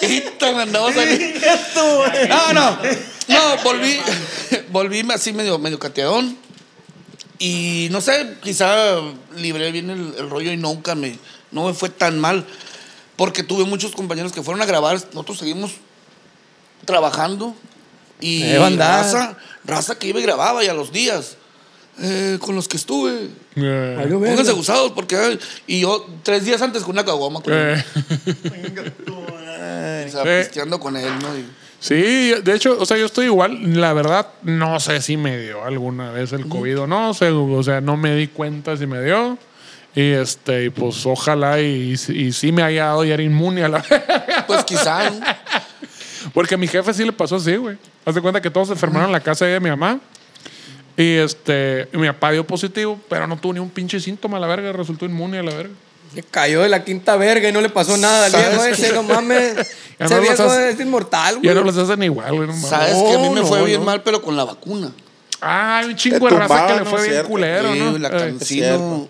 D: Ahorita me andaba saliendo. No, no. No, volví, [laughs] volví así medio, medio cateadón. Y no sé, quizá libré bien el, el rollo y nunca me, no me fue tan mal. Porque tuve muchos compañeros que fueron a grabar. Nosotros seguimos trabajando. Y
C: Eh, banda.
D: raza, raza que iba y grababa y a los días. eh, con los que estuve.
E: Eh,
C: Algo verga.
D: Pónganse gusados porque. ay, y yo tres días antes con una caguama con él.
E: eh.
D: O sea,
E: Eh.
D: pisteando con él, ¿no? Y-
E: Sí, de hecho, o sea, yo estoy igual. La verdad, no sé si me dio alguna vez el COVID o no. O sea, o sea, no me di cuenta si me dio. Y este, y pues ojalá y, y, sí me haya dado y era inmune a la [laughs]
D: pues quizá. ¿no?
E: Porque a mi jefe sí le pasó así, güey. Haz de cuenta que todos se enfermaron en la casa de mi mamá. Y este, y mi papá dio positivo, pero no tuvo ni un pinche síntoma a la verga, resultó inmune a la verga.
C: Le cayó de la quinta verga y no le pasó nada al
D: ¿Sabes
C: viejo
D: qué?
C: ese, no mames.
E: Ya
C: ese
E: no los
C: viejo
E: hace-
C: es inmortal,
E: Ya
C: güey.
E: no los hacen igual, güey. no mames.
D: Sabes que a mí me
E: No,
D: fue
E: no,
D: bien
E: no.
D: mal, pero con la vacuna.
E: Ah, hay un chingo de
B: Te
E: raza que
B: tumbaban,
E: le fue
B: ¿no?
E: bien
B: Cierto.
E: culero,
D: Sí,
E: ¿no?
D: la
E: Eh,
D: cancino.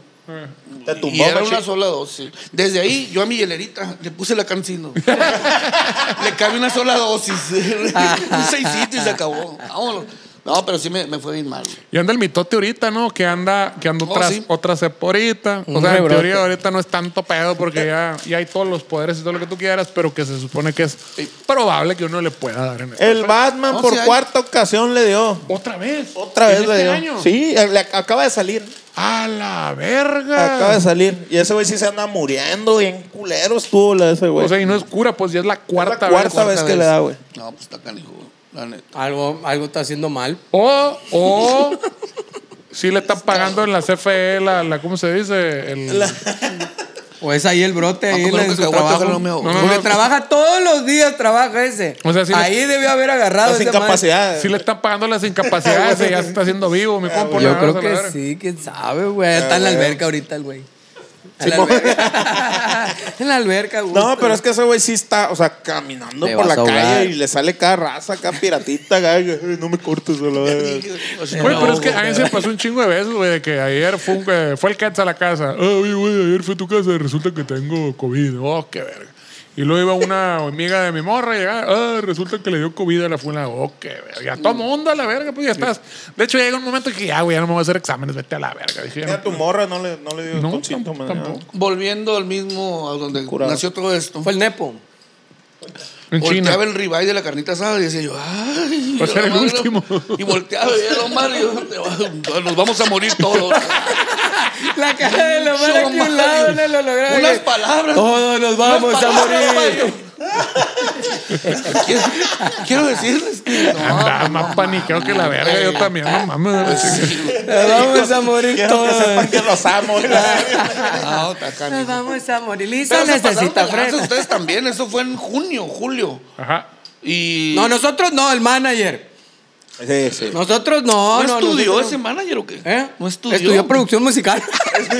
B: Te
D: Y
B: tumbó,
D: era
B: machi.
D: una sola dosis. Desde ahí, yo a mi hielerita le puse la cancino. [laughs] le cabe una sola
C: [laughs]
D: dosis. Un seisito y se acabó. Vámonos. No, pero sí me, me fue bien mal. güey.
E: Y anda el mitote ahorita, ¿no? Que anda, que anda
D: Oh,
E: otras,
D: sí.
E: otra cepa ahorita. O
C: Un
E: sea, en
C: rebrote.
E: teoría ahorita no es tanto pedo porque ya, ya hay todos los poderes y todo lo que tú quieras, pero que se supone que es probable que uno le pueda dar en esto.
B: El Batman
D: No,
B: por
D: sí hay.
B: cuarta ocasión le dio.
E: Eh, ¿Otra vez?
B: Otra
E: ¿En
B: vez le
E: este
B: dio.
E: año?
B: Sí, le ac- acaba de salir.
E: ¡A la verga!
B: Acaba de salir. Y ese güey sí se anda muriendo. Bien culero estuvo la de ese güey.
E: O sea, y no es cura, pues ya es la cuarta,
B: cuarta
E: vez.
B: vez. que le da, güey.
D: No, pues está canijo, güey. La neta.
C: Algo, algo está haciendo mal.
E: O, o, si le están pagando en la CFE la, la ¿cómo se dice? El-
C: O es ahí el brote,
D: Va a
C: ahí en
D: comer un
C: su
D: cacahuate,
C: trabajo.
D: ojalá no me ahogue.
E: No, no,
C: Porque
E: no.
C: trabaja todos los días, trabaja ese.
E: O sea, sí le-
C: ahí debió haber agarrado
B: Las
C: ese madre.
B: incapacidades.
E: Ah, si le están pagando
B: [laughs]
E: las
B: Ah,
E: incapacidades, ya se está haciendo vivo, mi compa.
C: Yo
E: la
C: creo
E: verdad,
C: que
E: la verga.
C: sí, quién sabe, güey. Está en la
B: güey.
C: alberca ahorita el güey. En la
B: Simón.
C: alberca. [laughs] En la alberca, güey.
B: No, pero es que ese güey sí está, o sea, caminando
C: Te
B: por la
C: vas a ahogar.
B: calle y le sale cada raza, cada piratita, acá, y, "Ay, no me cortes, a la verga".
E: Güey, pero es que a mí se me pasó un chingo de veces, güey, de que ayer fue, un, eh, fue el Cats a la casa. Ah, oye, güey, ayer fue a tu casa y resulta que tengo COVID. Oh, qué verga. Y luego iba una amiga de mi morra y llegaba, ah, resulta que le dio COVID a la fulana. Oh, qué verga. Todo mundo a la verga, pues ya estás. De hecho, llega un momento que ya, güey, ya no me voy a hacer exámenes, vete a la verga. Dije, ya
B: Mira,
E: no-
B: tu morra no le, no le dio
E: No,
B: estos síntomas. ¿no?
E: tampoco.
B: [laughs]
D: Volviendo al mismo a donde
B: Curado.
D: nació todo esto.
C: Fue el Nepo.
E: en China.
D: Volteaba el ribeye de la carnita asada y decía yo, ay.
E: Va a ser
D: la
E: el
D: madre".
E: último.
D: Y volteaba y era Omar y yo, "Te va- nos vamos a morir
E: [laughs]
D: todos.
C: La cara de Lomar aquí a un lado en el holograma.
D: Unas palabras.
C: Todos nos vamos
D: unas
C: a
D: palabras,
C: morir.
D: Mario. quiero, quiero decirles que no,
E: Andaba
D: no,
E: más
D: no,
E: paniqueado que la verga, yo también, Ah, no mames.
C: Nos vamos a morir
B: Quiero que
C: todos.
B: sepan que los amo. [laughs]
D: no, está acá,
C: Nos
D: mijo.
C: vamos a morir. Lisa
D: Pero se pasaron
C: necesita
D: de lanza
C: freno.
D: ustedes también. Eso fue en junio, julio.
E: Ajá.
D: Y
C: No, nosotros no, el manager.
B: sí, sí.
C: Nosotros no,
D: ¿No
C: no.
D: estudió
C: nosotros
D: ese manager o qué?
C: no. ¿Eh?
D: No estudió.
C: producción
D: [laughs]
C: musical.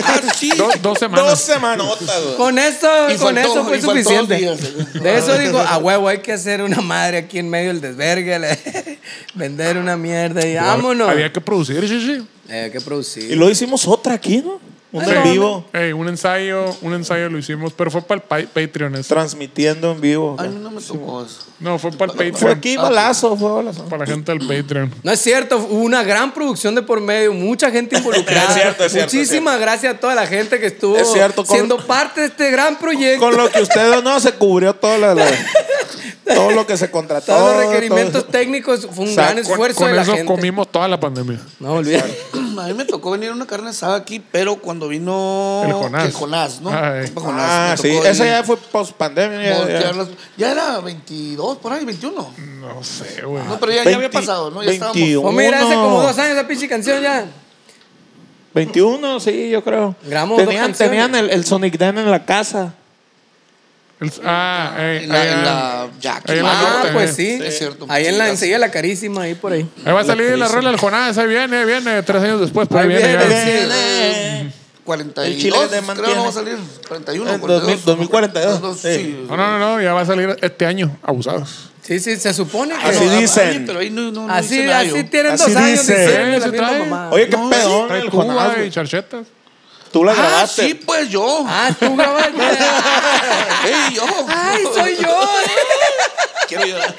D: Ah, sí.
E: Do- dos semanas.
B: Dos semanotas, güey.
C: con eso,
D: Y
C: con
D: faltó-
C: eso fue
D: y faltó
C: suficiente.
D: dos días.
C: De eso digo, a huevo, hay que hacer una madre aquí en medio del desvergue, le- [laughs] vender una mierda y vámonos.
E: Había que producir, sí, sí.
C: Eh, Hay que
B: Y
C: producir.
B: lo hicimos otra aquí, ¿no? Un
C: Sí.
B: en vivo,
E: Ey, un ensayo, un ensayo lo hicimos, pero fue para el Patreon. ese.
B: transmitiendo en vivo.
D: A
B: güey.
D: mí no me tocó eso. [clears throat]
E: No, fue para el Patreon.
B: Fue aquí balazo, fue balazo.
E: Para la gente del Patreon.
C: No es cierto, hubo una gran producción de por medio,
B: [laughs]
C: mucha gente involucrada.
B: Es cierto, es cierto, es
C: Muchísimas gracias a toda la gente que estuvo
B: Es cierto, con-
C: siendo parte de este gran proyecto.
B: Con lo que ustedes no se cubrió todo, la- la- todo lo que se contrató.
C: todos los requerimientos
B: todo-
C: técnicos fue un
B: O sea,
C: gran
E: Con,
C: esfuerzo
E: con
C: de la
E: eso
C: gente.
E: comimos toda la pandemia.
C: No olvidar.
D: A mí me tocó venir una carne asada aquí, pero cuando vino
E: El Jonás.
D: que Jonás, ¿no?
E: Ay.
D: Compa Jonás,
B: Ah,
D: me
B: sí.
D: tocó
B: Esa
D: venir,
B: ya fue post pandemia.
D: voltear las- ya era 22, por ahí, 21.
E: No sé, güey.
D: No, pero ya, ya había pasado, ¿no? Ya estábamos.
C: O mira, hace como dos años esa pinche canción ya.
B: 21, sí, yo creo.
C: Grabamos dos
B: tenían
C: canciones.
B: tenían el, el Sonic Den en la casa.
E: El- ah, ey,
D: En la,
E: allá-
D: en la Jack.
E: Ahí en la
C: Ah,
E: norte, eh.
C: pues sí.
D: Es cierto.
C: Ahí en la
D: Gracias.
C: enseguida la carísima, ahí por ahí.
E: Ahí va a salir la rola del Jonás. Ahí viene, viene. Tres años después, pero ahí,
C: Ahí
B: Eh,
E: viene.
C: viene,
E: ya.
C: sí.
B: El chile
D: 42,
B: te
D: creo
B: mantiene.
D: no va a salir. 31,
B: En 2000, 2042, sí.
D: sí.
E: No, no, no, no, ya va a salir este año. Abusados.
C: Sí, sí, se supone que.
B: Así
D: Pero-
B: dicen.
D: Pero ahí Ah, no, no, no
C: así,
D: dice nada yo. Ah,
C: así tienen
B: Así
C: dos años
B: dice.
C: diciendo
E: Sí,
C: la
E: se
C: misma
E: trae.
C: mamá.
B: Oye, qué
D: No,
B: pedo.
E: Trae
B: el Jonás,
E: cuba
B: güey.
E: y charchetas.
B: Tú la
D: Ah,
B: grabaste.
D: sí, pues yo.
C: Ah,
B: [laughs]
C: tú grabaste.
D: [laughs] Ey, yo.
C: Ay, soy yo. eh.
D: Quiero llorar.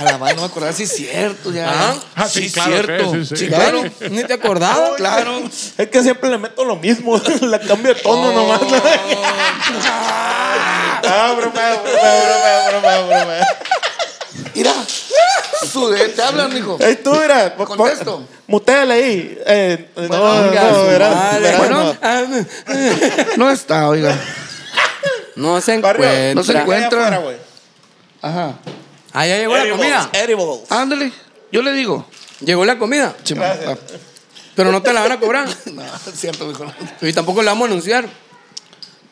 D: A la madre, no me acordaba si es cierto, ya.
C: Ah.
E: Ah, sí, claro,
D: cierto.
E: sí, sí, sí.
D: Sí, claro.
C: Ni te acordabas.
D: Claro.
B: Ah, Es que siempre le meto lo mismo. [laughs] le cambio de tono nomás.
C: Oh.
B: [laughs] ah, broma, broma, broma, broma, broma.
D: Mira. Sudé, te hablan, mijo.
B: Ey, tú, mira. po- po-
D: Contesto.
B: Muteale ahí. Eh, no,
C: Venga,
B: no,
C: su
B: verás,
C: madre.
B: verás,
C: Bueno,
B: no.
C: ah,
D: [laughs]
C: no.
D: No está, oiga.
C: No se
B: Barrio,
C: encuentra.
D: no se encuentra.
B: Allá afuera, güey.
D: Ajá.
C: Ah, ya llegó la comida.
B: Edibles.
D: Ándale. Yo le digo.
C: Llegó la comida. Ah.
D: Chimón.
C: Pero no te la van
B: [laughs]
C: a cobrar.
D: No, es cierto, mijo.
C: Y tampoco la vamos a anunciar.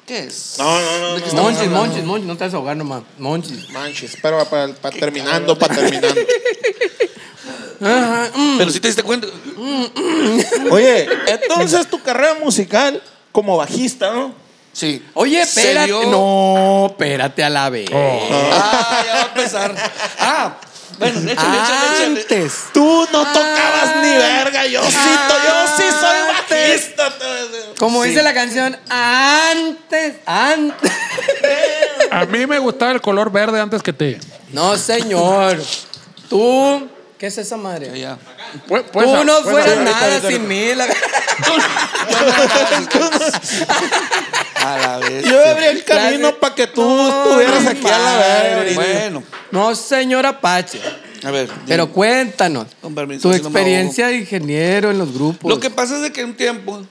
D: ¿Qué es?
B: No, no, no.
D: ¿De qué estamos
C: Monchis,
D: hablando?
C: monchis, monchis. No te vas a ahogar nomás. Monchis.
B: Manches, pero para terminando, para terminando.
C: [laughs] Ajá, mm.
D: Pero si te diste cuenta.
B: [laughs] Oye, entonces tu carrera musical como bajista, ¿no?
D: Sí.
C: Oye,
D: Se
C: espérate.
D: dio-
C: No, espérate a la vez.
D: Ah, [laughs] ya va a empezar. Ah, bueno, échale, échale, échale.
C: Antes.
B: Tú no tocabas ni verga, yo sí, to- yo sí soy
C: Ah,
B: bajista. te voy a decir.
C: Como dice la canción, antes, antes.
E: A mí me gustaba el color verde antes que ti.
C: No, señor. Tú, ¿qué es esa madre?
D: Ya.
E: Pues, pues,
C: Tú no
E: pues,
C: fueras
B: ahorita,
C: nada
B: ahorita,
C: sin mí. la-
D: A la vez.
B: Yo abrí el
C: Claro.
B: camino para que tú
C: No,
B: estuvieras
C: no,
B: aquí a la
C: madre.
B: verga. ahorita.
D: Bueno,
C: No, señor Apache.
D: a ver.
C: Pero
D: dime.
C: cuéntanos.
D: Con permiso,
C: Tu
D: si no me
C: experiencia de ingeniero en los grupos.
D: lo que pasa es de que un tiempo.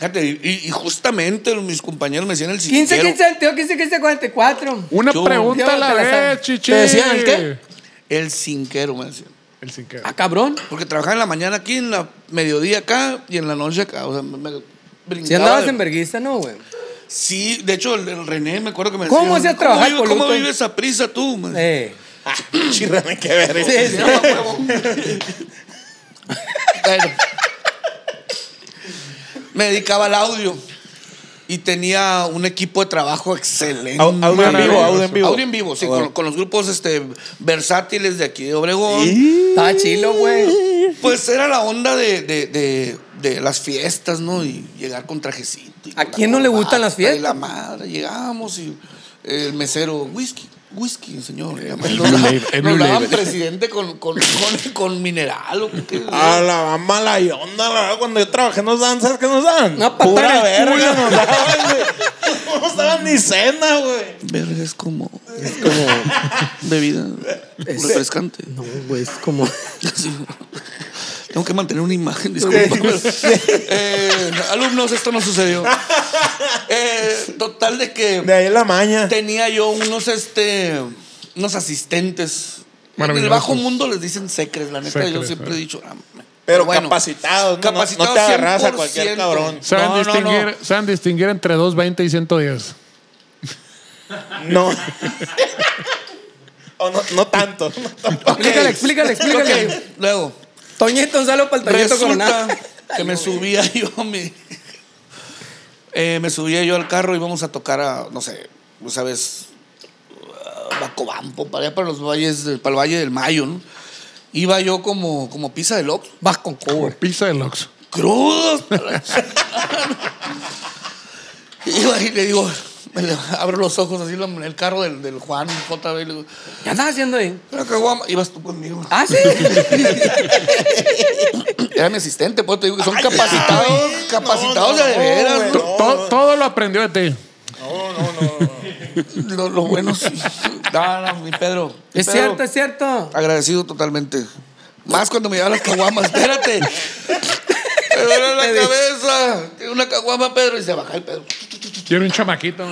D: Fíjate, y, y justamente mis compañeros me decían el
C: 15,
D: siguiente.
C: 15, Anteo, 15, 15, 44.
E: Una
D: Yo-
E: pregunta a la
C: Yo te la
E: vez,
C: sabes.
E: chichi.
B: ¿Te decían el qué?
D: El cinquero, me decían.
E: El sin querer.
C: Ah, cabrón.
D: Porque trabajaba en la mañana aquí, en la mediodía acá y en la noche acá. O sea, me, me brincaba.
C: Si andabas
D: de-
C: en verguista, no, güey.
D: Sí, de hecho, el, el René, me acuerdo que me
C: ¿Cómo
D: decía.
C: hacías trabajar
D: ¿Cómo, vive-
C: coluto?
D: ¿Cómo vives a prisa tú? Me decía.
C: Eh.
B: Ah, chirrame, qué verga.
C: Sí, sí.
D: Bueno. me dedicaba al audio y tenía un equipo de trabajo excelente.
B: Au- Audio en vivo, audio en vivo.
D: Audio en vivo, sí, con, con los grupos este, versátiles de aquí de Obregón.
C: [laughs] Estaba chilo, güey.
D: Pues era la onda de, de- de- de las fiestas, ¿no? Y llegar con trajecito. y
C: ¿A
D: con la
C: quién no le
D: corbata
C: gustan las fiestas?
D: Y la madre, llegamos y el mesero, whisky. Whisky, señor.
B: Eh,
D: Ya me- Nos, daba- nos daban presidente con, con, con, con mineral o con qué.
B: A la mala y onda, la verdad, cuando yo trabajé nos daban, ¿sabes qué nos daban?
C: Una patada
B: Pura
C: en el
B: verga
C: culo.
B: nos daban, güey. No nos daban ni cena, güey.
D: Verga, es como. Es como. bebida refrescante.
C: No, güey, es como.
D: [laughs] Sí. Tengo que mantener una imagen, disculpa. Eh, alumnos, esto no sucedió. Eh, total de
B: De
D: que
B: ahí la maña.
D: tenía yo unos este unos asistentes. En el
E: Maravilloso.
D: bajo mundo les dicen secres, la neta. yo
E: Secres,
D: siempre
E: eh.
D: he dicho. ah,
B: Pero
D: bueno,
B: capacitados, ¿no? No-
D: capacitados
B: no te agarras a
D: 100%.
B: cualquier cabrón.
E: Saben,
D: No, no, no.
E: distinguir, saben distinguir entre 220 y 110.
B: No. [laughs] O no, no tanto. no tanto.
C: Explícale, explícale, explícale.
D: Ok, Luego.
C: Toñito, un saludo para el Toñito
D: Resulta
C: Coronado.
B: [laughs]
D: que me subía yo a mi. Eh, me subía yo al carro y íbamos a tocar a, no sé, tú sabes, a Bacobampo, para allá para los valles, del- para el Valle del Mayo, ¿no? Iba yo como, como pizza de loco.
C: Vas con cobre.
E: Pizza del Oxxo.
D: [laughs] crudos. y yo ahí le digo, me le- abro los ojos así la- el carro del, del Juan JB y le digo,
C: ¿Qué andas haciendo ahí?
D: "Una caguama". ibas tú conmigo.
C: Ah, sí.
D: [laughs] Era mi asistente, pues te digo que son capacitados, capacitados
B: no,
D: de
B: no,
D: veras,
B: güey,
D: ¿no?
B: no.
E: Todo, todo lo aprendió de ti.
D: Lo, lo
C: [laughs]
D: bueno sí. No, no, mi Pedro. mi
C: es
D: Pedro,
C: cierto, es cierto.
D: Agradecido totalmente. Más cuando me llevan las caguamas, espérate. Me duele la cabeza. Tiene una caguama, Pedro. Y se baja el Pedro.
E: Tiene un chamaquito.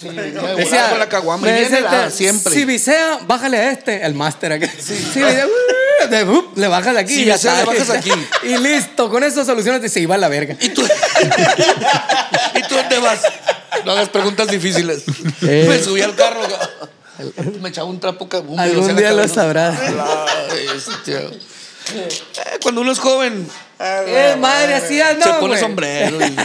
D: Sí, me decía, con la caguama. Y
C: me
D: viene
C: decía
D: helada,
C: este,
D: siempre.
C: Si visea, bájale a este, el máster aquí. Si visea, uh, de- uh, le bajas aquí.
D: Si
C: y ya
D: visea,
C: está.
D: le bajas aquí.
C: [laughs] Y listo, con esas soluciones se iba a la verga.
D: Y tú, [laughs] y tú te vas. No hagas preguntas difíciles.
C: Eh.
D: Me subí al carro. cabrón. Me echaba un trapo. cabrón, me
C: Algún
D: rocié la
C: día lo
D: cabeza.
C: sabrás.
D: La bestia. Eh, Cuando uno es joven,
C: Qué madre hacía, ¿no?
D: se pone
C: güey?
D: sombrero. y-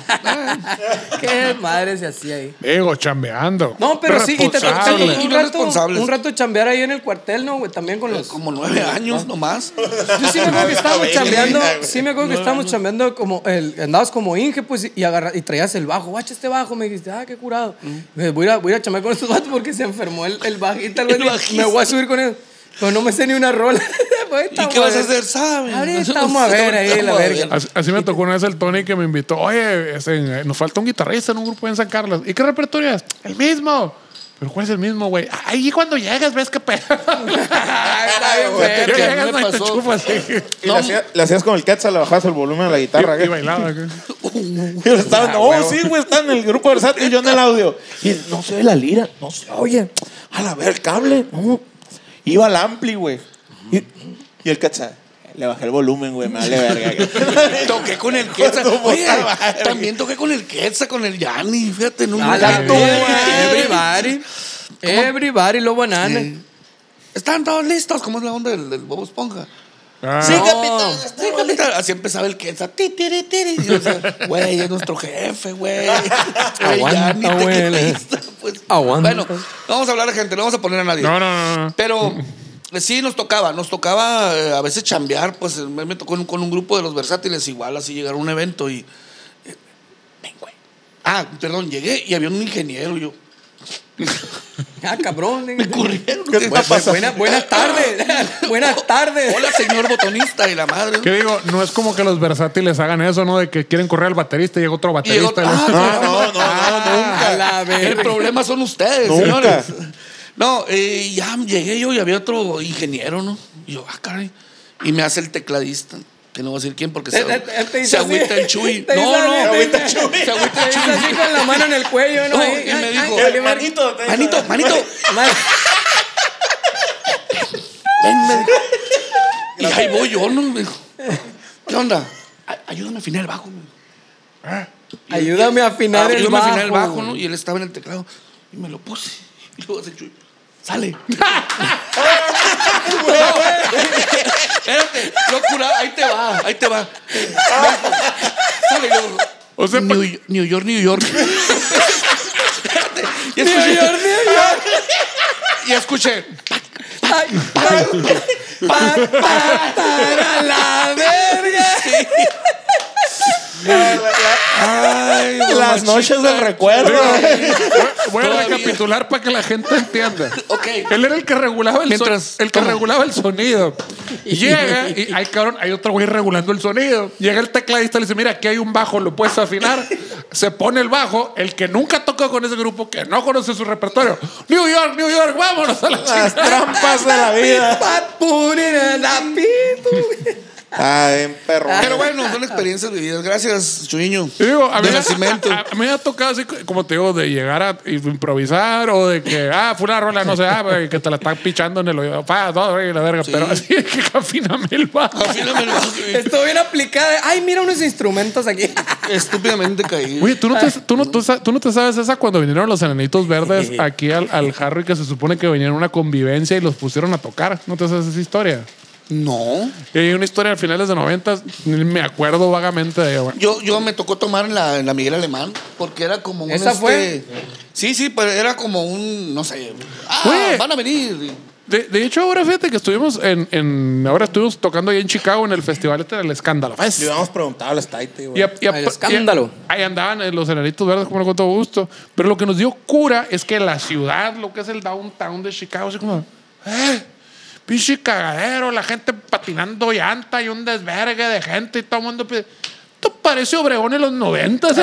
C: Qué madre se hacía ahí.
E: Digo, chambeando.
C: No, pero sí, y te tocó
E: Responsable.
D: Responsables. Eh,
C: un rato,
D: Irresponsables.
C: un rato chambear ahí en el cuartel, ¿no, güey? También con los...
D: Como nueve años nomás.
C: Yo sí me acuerdo que estábamos
B: Cabeza,
C: chambeando,
B: güey.
C: sí me acuerdo que estábamos chambeando como el, andabas como Inge, pues, y agarra, y traías el bajo, guacha este bajo, me dijiste, ah, qué
D: Mm.
C: curado. Me dije, voy a, voy a chambear con estos vatos porque se enfermó el, el bajista, güey,
D: El
C: y
D: bajista.
C: me voy a subir con él. Pues no me sé ni una rola. [laughs] Pues,
D: ¿Y
C: estamos
D: qué vas a
C: ver.
D: hacer? ¿Sabes?
C: Ahorita vamos a ver ahí, la verga.
E: Así, así me tocó una vez el Tony que me invitó. Oye, este, nos falta un guitarrista en un grupo en San Carlos. ¿Y qué repertorio es? El mismo. ¿Pero cuál es el mismo, güey? Ahí cuando llegas ves qué pedo.
C: Está bien,
D: Fíjate
C: Ah, verga.
D: que a mí
E: llegas
D: me
E: no y te
D: pasó.
E: chupas.
B: Y le, hacía- le hacías con el Quetzal, le bajabas el volumen a la guitarra.
E: Y, y
B: ¿qué?
E: bailaba. Ah, acá.
B: [laughs] Y él estaba, no, sí, güey, está en el grupo versátil y yo en el audio. Y él, no se oye la lira, no se oye. A la ver, el cable, no. Iba al ampli, güey. Y, y el cacha, le bajé el volumen, güey, me vale verga.
D: [laughs]
E: [laughs]
D: Toqué con el Quetzal.
B: Cuando
D: Oye,
B: botaba.
D: también toqué con el Quetzal, con el Yanni. Fíjate, no
C: A Ah, la
D: Tanto,
C: verga, Everybody. Everybody, lo banana.
D: güey. Están todos listos. ¿Cómo es la onda del, del Bobo Esponja?
E: Ah,
D: Sí,
C: No.
D: capitán. Sí, capitán. Así empezaba el Quetzal. Ti, tiri, tiri. Y yo decía, güey, es nuestro
E: [laughs]
D: jefe, güey.
C: Aguanta,
D: Yanni, te
C: güey.
D: quedaste, pues.
C: Aguanta.
D: Bueno, no vamos a hablar a gente, no vamos a poner a nadie.
E: No, no, no, no.
D: Pero eh, sí nos tocaba, nos tocaba eh, a veces chambear, pues eh, me me tocó en- con un grupo de los versátiles, igual así llegar a un evento y... eh, Ven, güey. Ah, perdón, llegué y había un ingeniero, yo.
C: Ah, cabrón.
D: Me corrieron.
B: ¿Qué te pasa?
C: Buena- buenas
D: [laughs]
C: tardes. buenas tardes.
D: Hola, señor botonista y la madre.
E: ¿Qué digo? No es como que los versátiles hagan eso, ¿no? De que quieren correr al baterista y llega otro
D: Y llegó-
E: baterista.
D: ah,
B: No, no, no,
C: [laughs]
B: no,
C: Ah,
B: nunca.
C: la
D: El
C: verga.
D: problema son ustedes,
B: Nunca.
D: señores. No, eh, ya llegué yo y había otro ingeniero, ¿no? Y yo, ah, caray. Y me hace el tecladista, que no voy a decir quién porque se,
C: Te- te- Eh, te hizo
D: se agüita
C: así.
D: el chuy.
C: [laughs] Te hizo
D: No, no,
C: así,
B: agüita
C: te
B: el
C: hizo-
B: Chuy.
D: Se agüita el
C: te hizo
D: Chuy.
C: así con la mano en el cuello, ¿no?
D: No,
C: Ahí,
D: y me
C: ay,
D: dijo,
C: ay,
B: [laughs]
C: vale, verga.
B: manito, te-
D: Manito, manito,
B: [laughs]
C: Mal-
D: ven, me dijo. [laughs] Y ahí voy yo, ¿no? Me dijo, ¿Qué onda? Ay- Ayúdame a afinar el bajo, me dijo.
C: Ayúdame a afinar
D: Ah,
C: el
D: yo me
C: bajo.
D: afiné el bajo, ¿no? Y él estaba en el teclado. Y me lo puse. Y luego se chuy.
C: [laughs]
D: Sale. Espérate, lo curaba. Ahí te va, ahí te va. Sale, yo.
E: O sea,
D: New, New York, New [laughs] York. Espérate, y escuché,
C: Dios mío, yo-
D: Y escuché.
C: ay, ay, pa, pa, para la verga.
D: Ay,
B: Las
D: mamachita.
B: noches del recuerdo.
E: Voy a
D: Todavía.
E: recapitular para que la gente entienda.
D: Ok.
E: Él era el que regulaba el,
D: Mientras-
E: son- el que
D: ¿cómo?
E: regulaba el sonido.
D: [laughs]
E: Llega y hay cabrón, hay otro güey regulando el sonido. Llega el tecladista y le dice, mira, aquí hay un bajo, lo puedes
D: [laughs]
E: afinar. Se pone el bajo, el que nunca tocó con ese grupo, que no conoce su repertorio. New York, New York, vámonos
D: Ah,
E: a la
B: Las
E: chingada.
B: trampas de la vida.
C: Pa, purina, la pitu.
B: Ay, perro.
D: Pero bueno, son experiencias vividas. Gracias, Chuiño.
E: Y digo, a mí,
D: de nacimiento.
E: [laughs] a, a- a mí me ha tocado así, como te digo, de llegar a improvisar o de que, ah, fue una rola, no sé, ah, güey, que te la están pichando en el oído, pa, todo, güey, la verga, pero así es que [laughs] afíname el bajo.
D: Afíname [laughs] el bajo.
C: Estoy bien aplicada. Ay, mira unos instrumentos aquí.
D: Estúpidamente caí.
E: Oye, ¿tú no, te, tú, no, tú sa- tú no te sabes esa cuando vinieron los enanitos verdes aquí al, al Harry que se supone que venían a una convivencia y los pusieron a tocar. ¿No te sabes esa historia?
D: No.
E: Y hay una historia al finales de 90, me acuerdo vagamente de ella. güey.
D: Yo, yo me tocó tomar en la, en la Miguel Alemán porque era como un. este,
C: ¿Esa fue?
D: Sí, sí, pero era como un. No sé. Ah,
E: Güey.
D: van a venir.
E: De, de hecho, ahora fíjate que estuvimos en, en- Ahora estuvimos tocando ahí en Chicago en el festival este del escándalo. Fest.
B: Le habíamos preguntado a los Taiti, güey.
E: Y a- y a-
C: El
E: y a-
C: escándalo.
E: ahí andaban eh, los enanitos verdes, como no con todo gusto. Pero lo que nos dio cura es que la ciudad, lo que es el downtown de Chicago, así como, ¡eh! Pinche cagadero, la gente patinando llanta y un desvergue de gente y todo el mundo. pi- Esto parece Obregón en los 90.
B: El,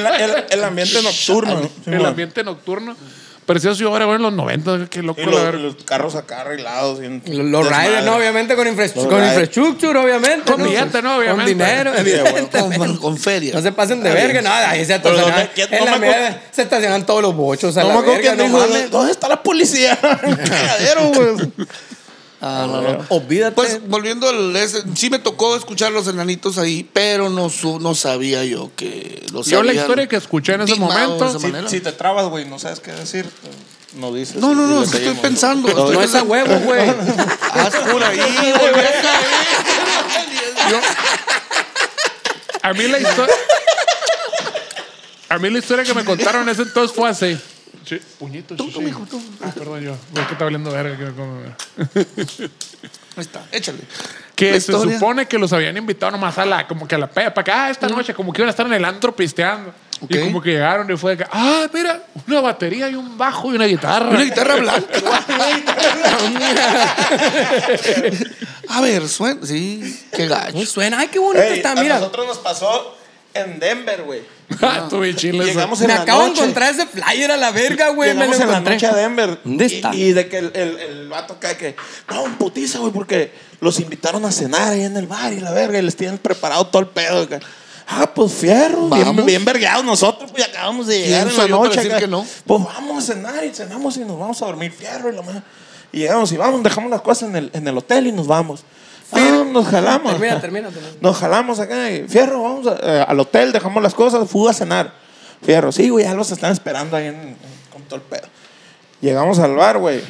B: el- el ambiente nocturno. ¿no? [laughs] Sí,
E: el
B: man.
E: ambiente nocturno. Parecía Ciudad Obregón en los 90. Qué loco,
B: Y
E: la
B: los,
E: verga.
B: los carros acá arreglados. y un
C: Los, los
B: desmadre.
C: riders, ¿no? Obviamente con, infra-
B: Los
C: con
B: riders.
C: infraestructura, obviamente.
E: Con billete, ¿no?
C: Con
E: Obviamente.
C: dinero,
E: Sí,
C: evidente.
D: [laughs] Con, con feria.
C: No se pasen de verga, nada, ahí se
B: Pero no
C: estacionan.
B: me-
C: en
B: no
C: la
B: me acuerdo-
C: mierda se estacionan todos los bochos. A
B: No
C: la
B: me acuerdo
C: verga,
B: quién
C: no
B: dijo,
C: mames.
B: ¿dónde está la
C: [laughs]
B: policía? [laughs] Un cagadero, güey.
D: Ah, no, no.
C: Olvídate.
D: Pues volviendo al. ese, sí me tocó escuchar los enanitos ahí, pero no, su, no sabía yo que los
E: Yo la
D: habían
E: historia que escuché en ese
D: timado
E: momento-
D: de esa
E: Sí,
D: manera.
B: Si te trabas, güey, no sabes qué decir. eh, No dices.
D: No, no,
B: Y
D: no,
B: le
D: es que estoy
B: seguimos.
D: pensando.
C: no,
D: estoy
C: es a
D: pensando.
C: huevo, güey.
D: Haz por
E: [laughs]
D: Ah, ahí, volví a caer.
E: A mí la historia. A mí la historia que me contaron en ese entonces fue así. Sí, puñito, sí, sí. Ah, perdón yo. Es que está hablando verga que me come.
D: Ahí está, échale.
E: Que
D: La
E: se
D: historia.
E: supone que los habían invitado nomás a la, como que a la peda, para acá esta noche, como que iban a estar en el antro pisteando.
D: Ok.
E: Y como que llegaron y fue de que, ah, mira, una batería y un bajo y una guitarra.
D: Una guitarra blanca. A ver, suena. Sí, qué
C: Uy,
D: gacho.
C: Pues suena, ay, qué bonito
B: Ey,
D: ah,
C: está,
B: a
C: mira.
B: nosotros nos pasó en Denver, güey.
E: [laughs] Ah, tú bien chile. eso.
B: Llegamos en
C: Me
B: la
C: acabo de
B: noche.
C: encontrar ese flyer a la verga, güey. Me lo
B: Llegamos en la
C: encontré.
B: noche a Denver.
C: ¿Dónde
B: Y-
C: está?
B: Y, de que el, el, el vato cae que, no, un putiza, güey, porque los invitaron a cenar ahí en el bar y la verga, y les tienen preparado todo el pedo. acá. Ah, pues fierro, bien,
D: Vamos.
B: bien vergueados nosotros, pues acabamos de llegar en
D: soy
B: la
D: yo para
B: noche.
D: decir
B: acá.
D: que no?
B: Pues vamos a cenar y cenamos y nos vamos a dormir fierro y la madre. Y llegamos y vamos, dejamos las cosas en el, en el hotel y nos vamos. Ah, nos jalamos.
C: Termina, termina, termina.
B: [laughs] Nos jalamos acá, y, fierro, vamos a- eh, al hotel, dejamos las cosas, fuga a cenar. Fierro, sí, güey, ya los están esperando ahí en, en- con todo el pedo. Llegamos al bar, güey.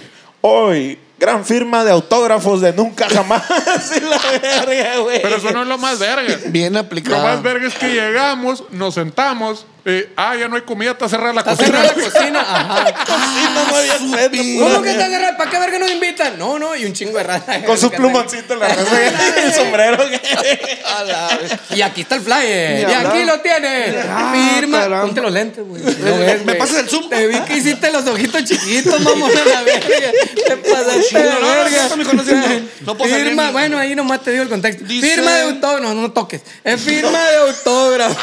B: Hoy, gran firma de autógrafos de nunca jamás. [laughs] y la verga, güey.
E: Pero eso no es lo más verga.
D: Bien Ah.
E: Lo más
D: aplicado.
E: verga es que llegamos, nos sentamos, eh, ah, ya no hay comida, está cerrada la
C: Está
E: cocina.
C: cerrada la
D: [laughs]
C: cocina. Ajá.
B: Sí, Ah, no, no había pedo,
C: ¿Cómo que está cerrada? ¿Para qué verga nos invitan? No, no, y un chingo de rata.
B: Con su plumoncito en
C: [laughs]
B: la raza y el sombrero. güey.
C: Y aquí está el flyer.
D: Ni
C: Y
D: hablar.
C: aquí lo tienes.
D: Ah,
C: Firma.
D: caramba. Eh,
C: Ponte los lentes, güey. No ves,
D: ¿Me
C: güey.
D: pasas el zoom?
C: Te vi que hiciste los ojitos
D: [laughs]
C: chiquitos, mamón, a la verga. Te pasaste de
D: No, no, no,
C: verga.
D: no, mijo, no siento. No puedo salir
C: Firma,
D: ni-
C: bueno, ahí nomás te digo el contexto.
D: Dice-
C: Firma de autógrafo. No, no toques. Es firma de autógrafo.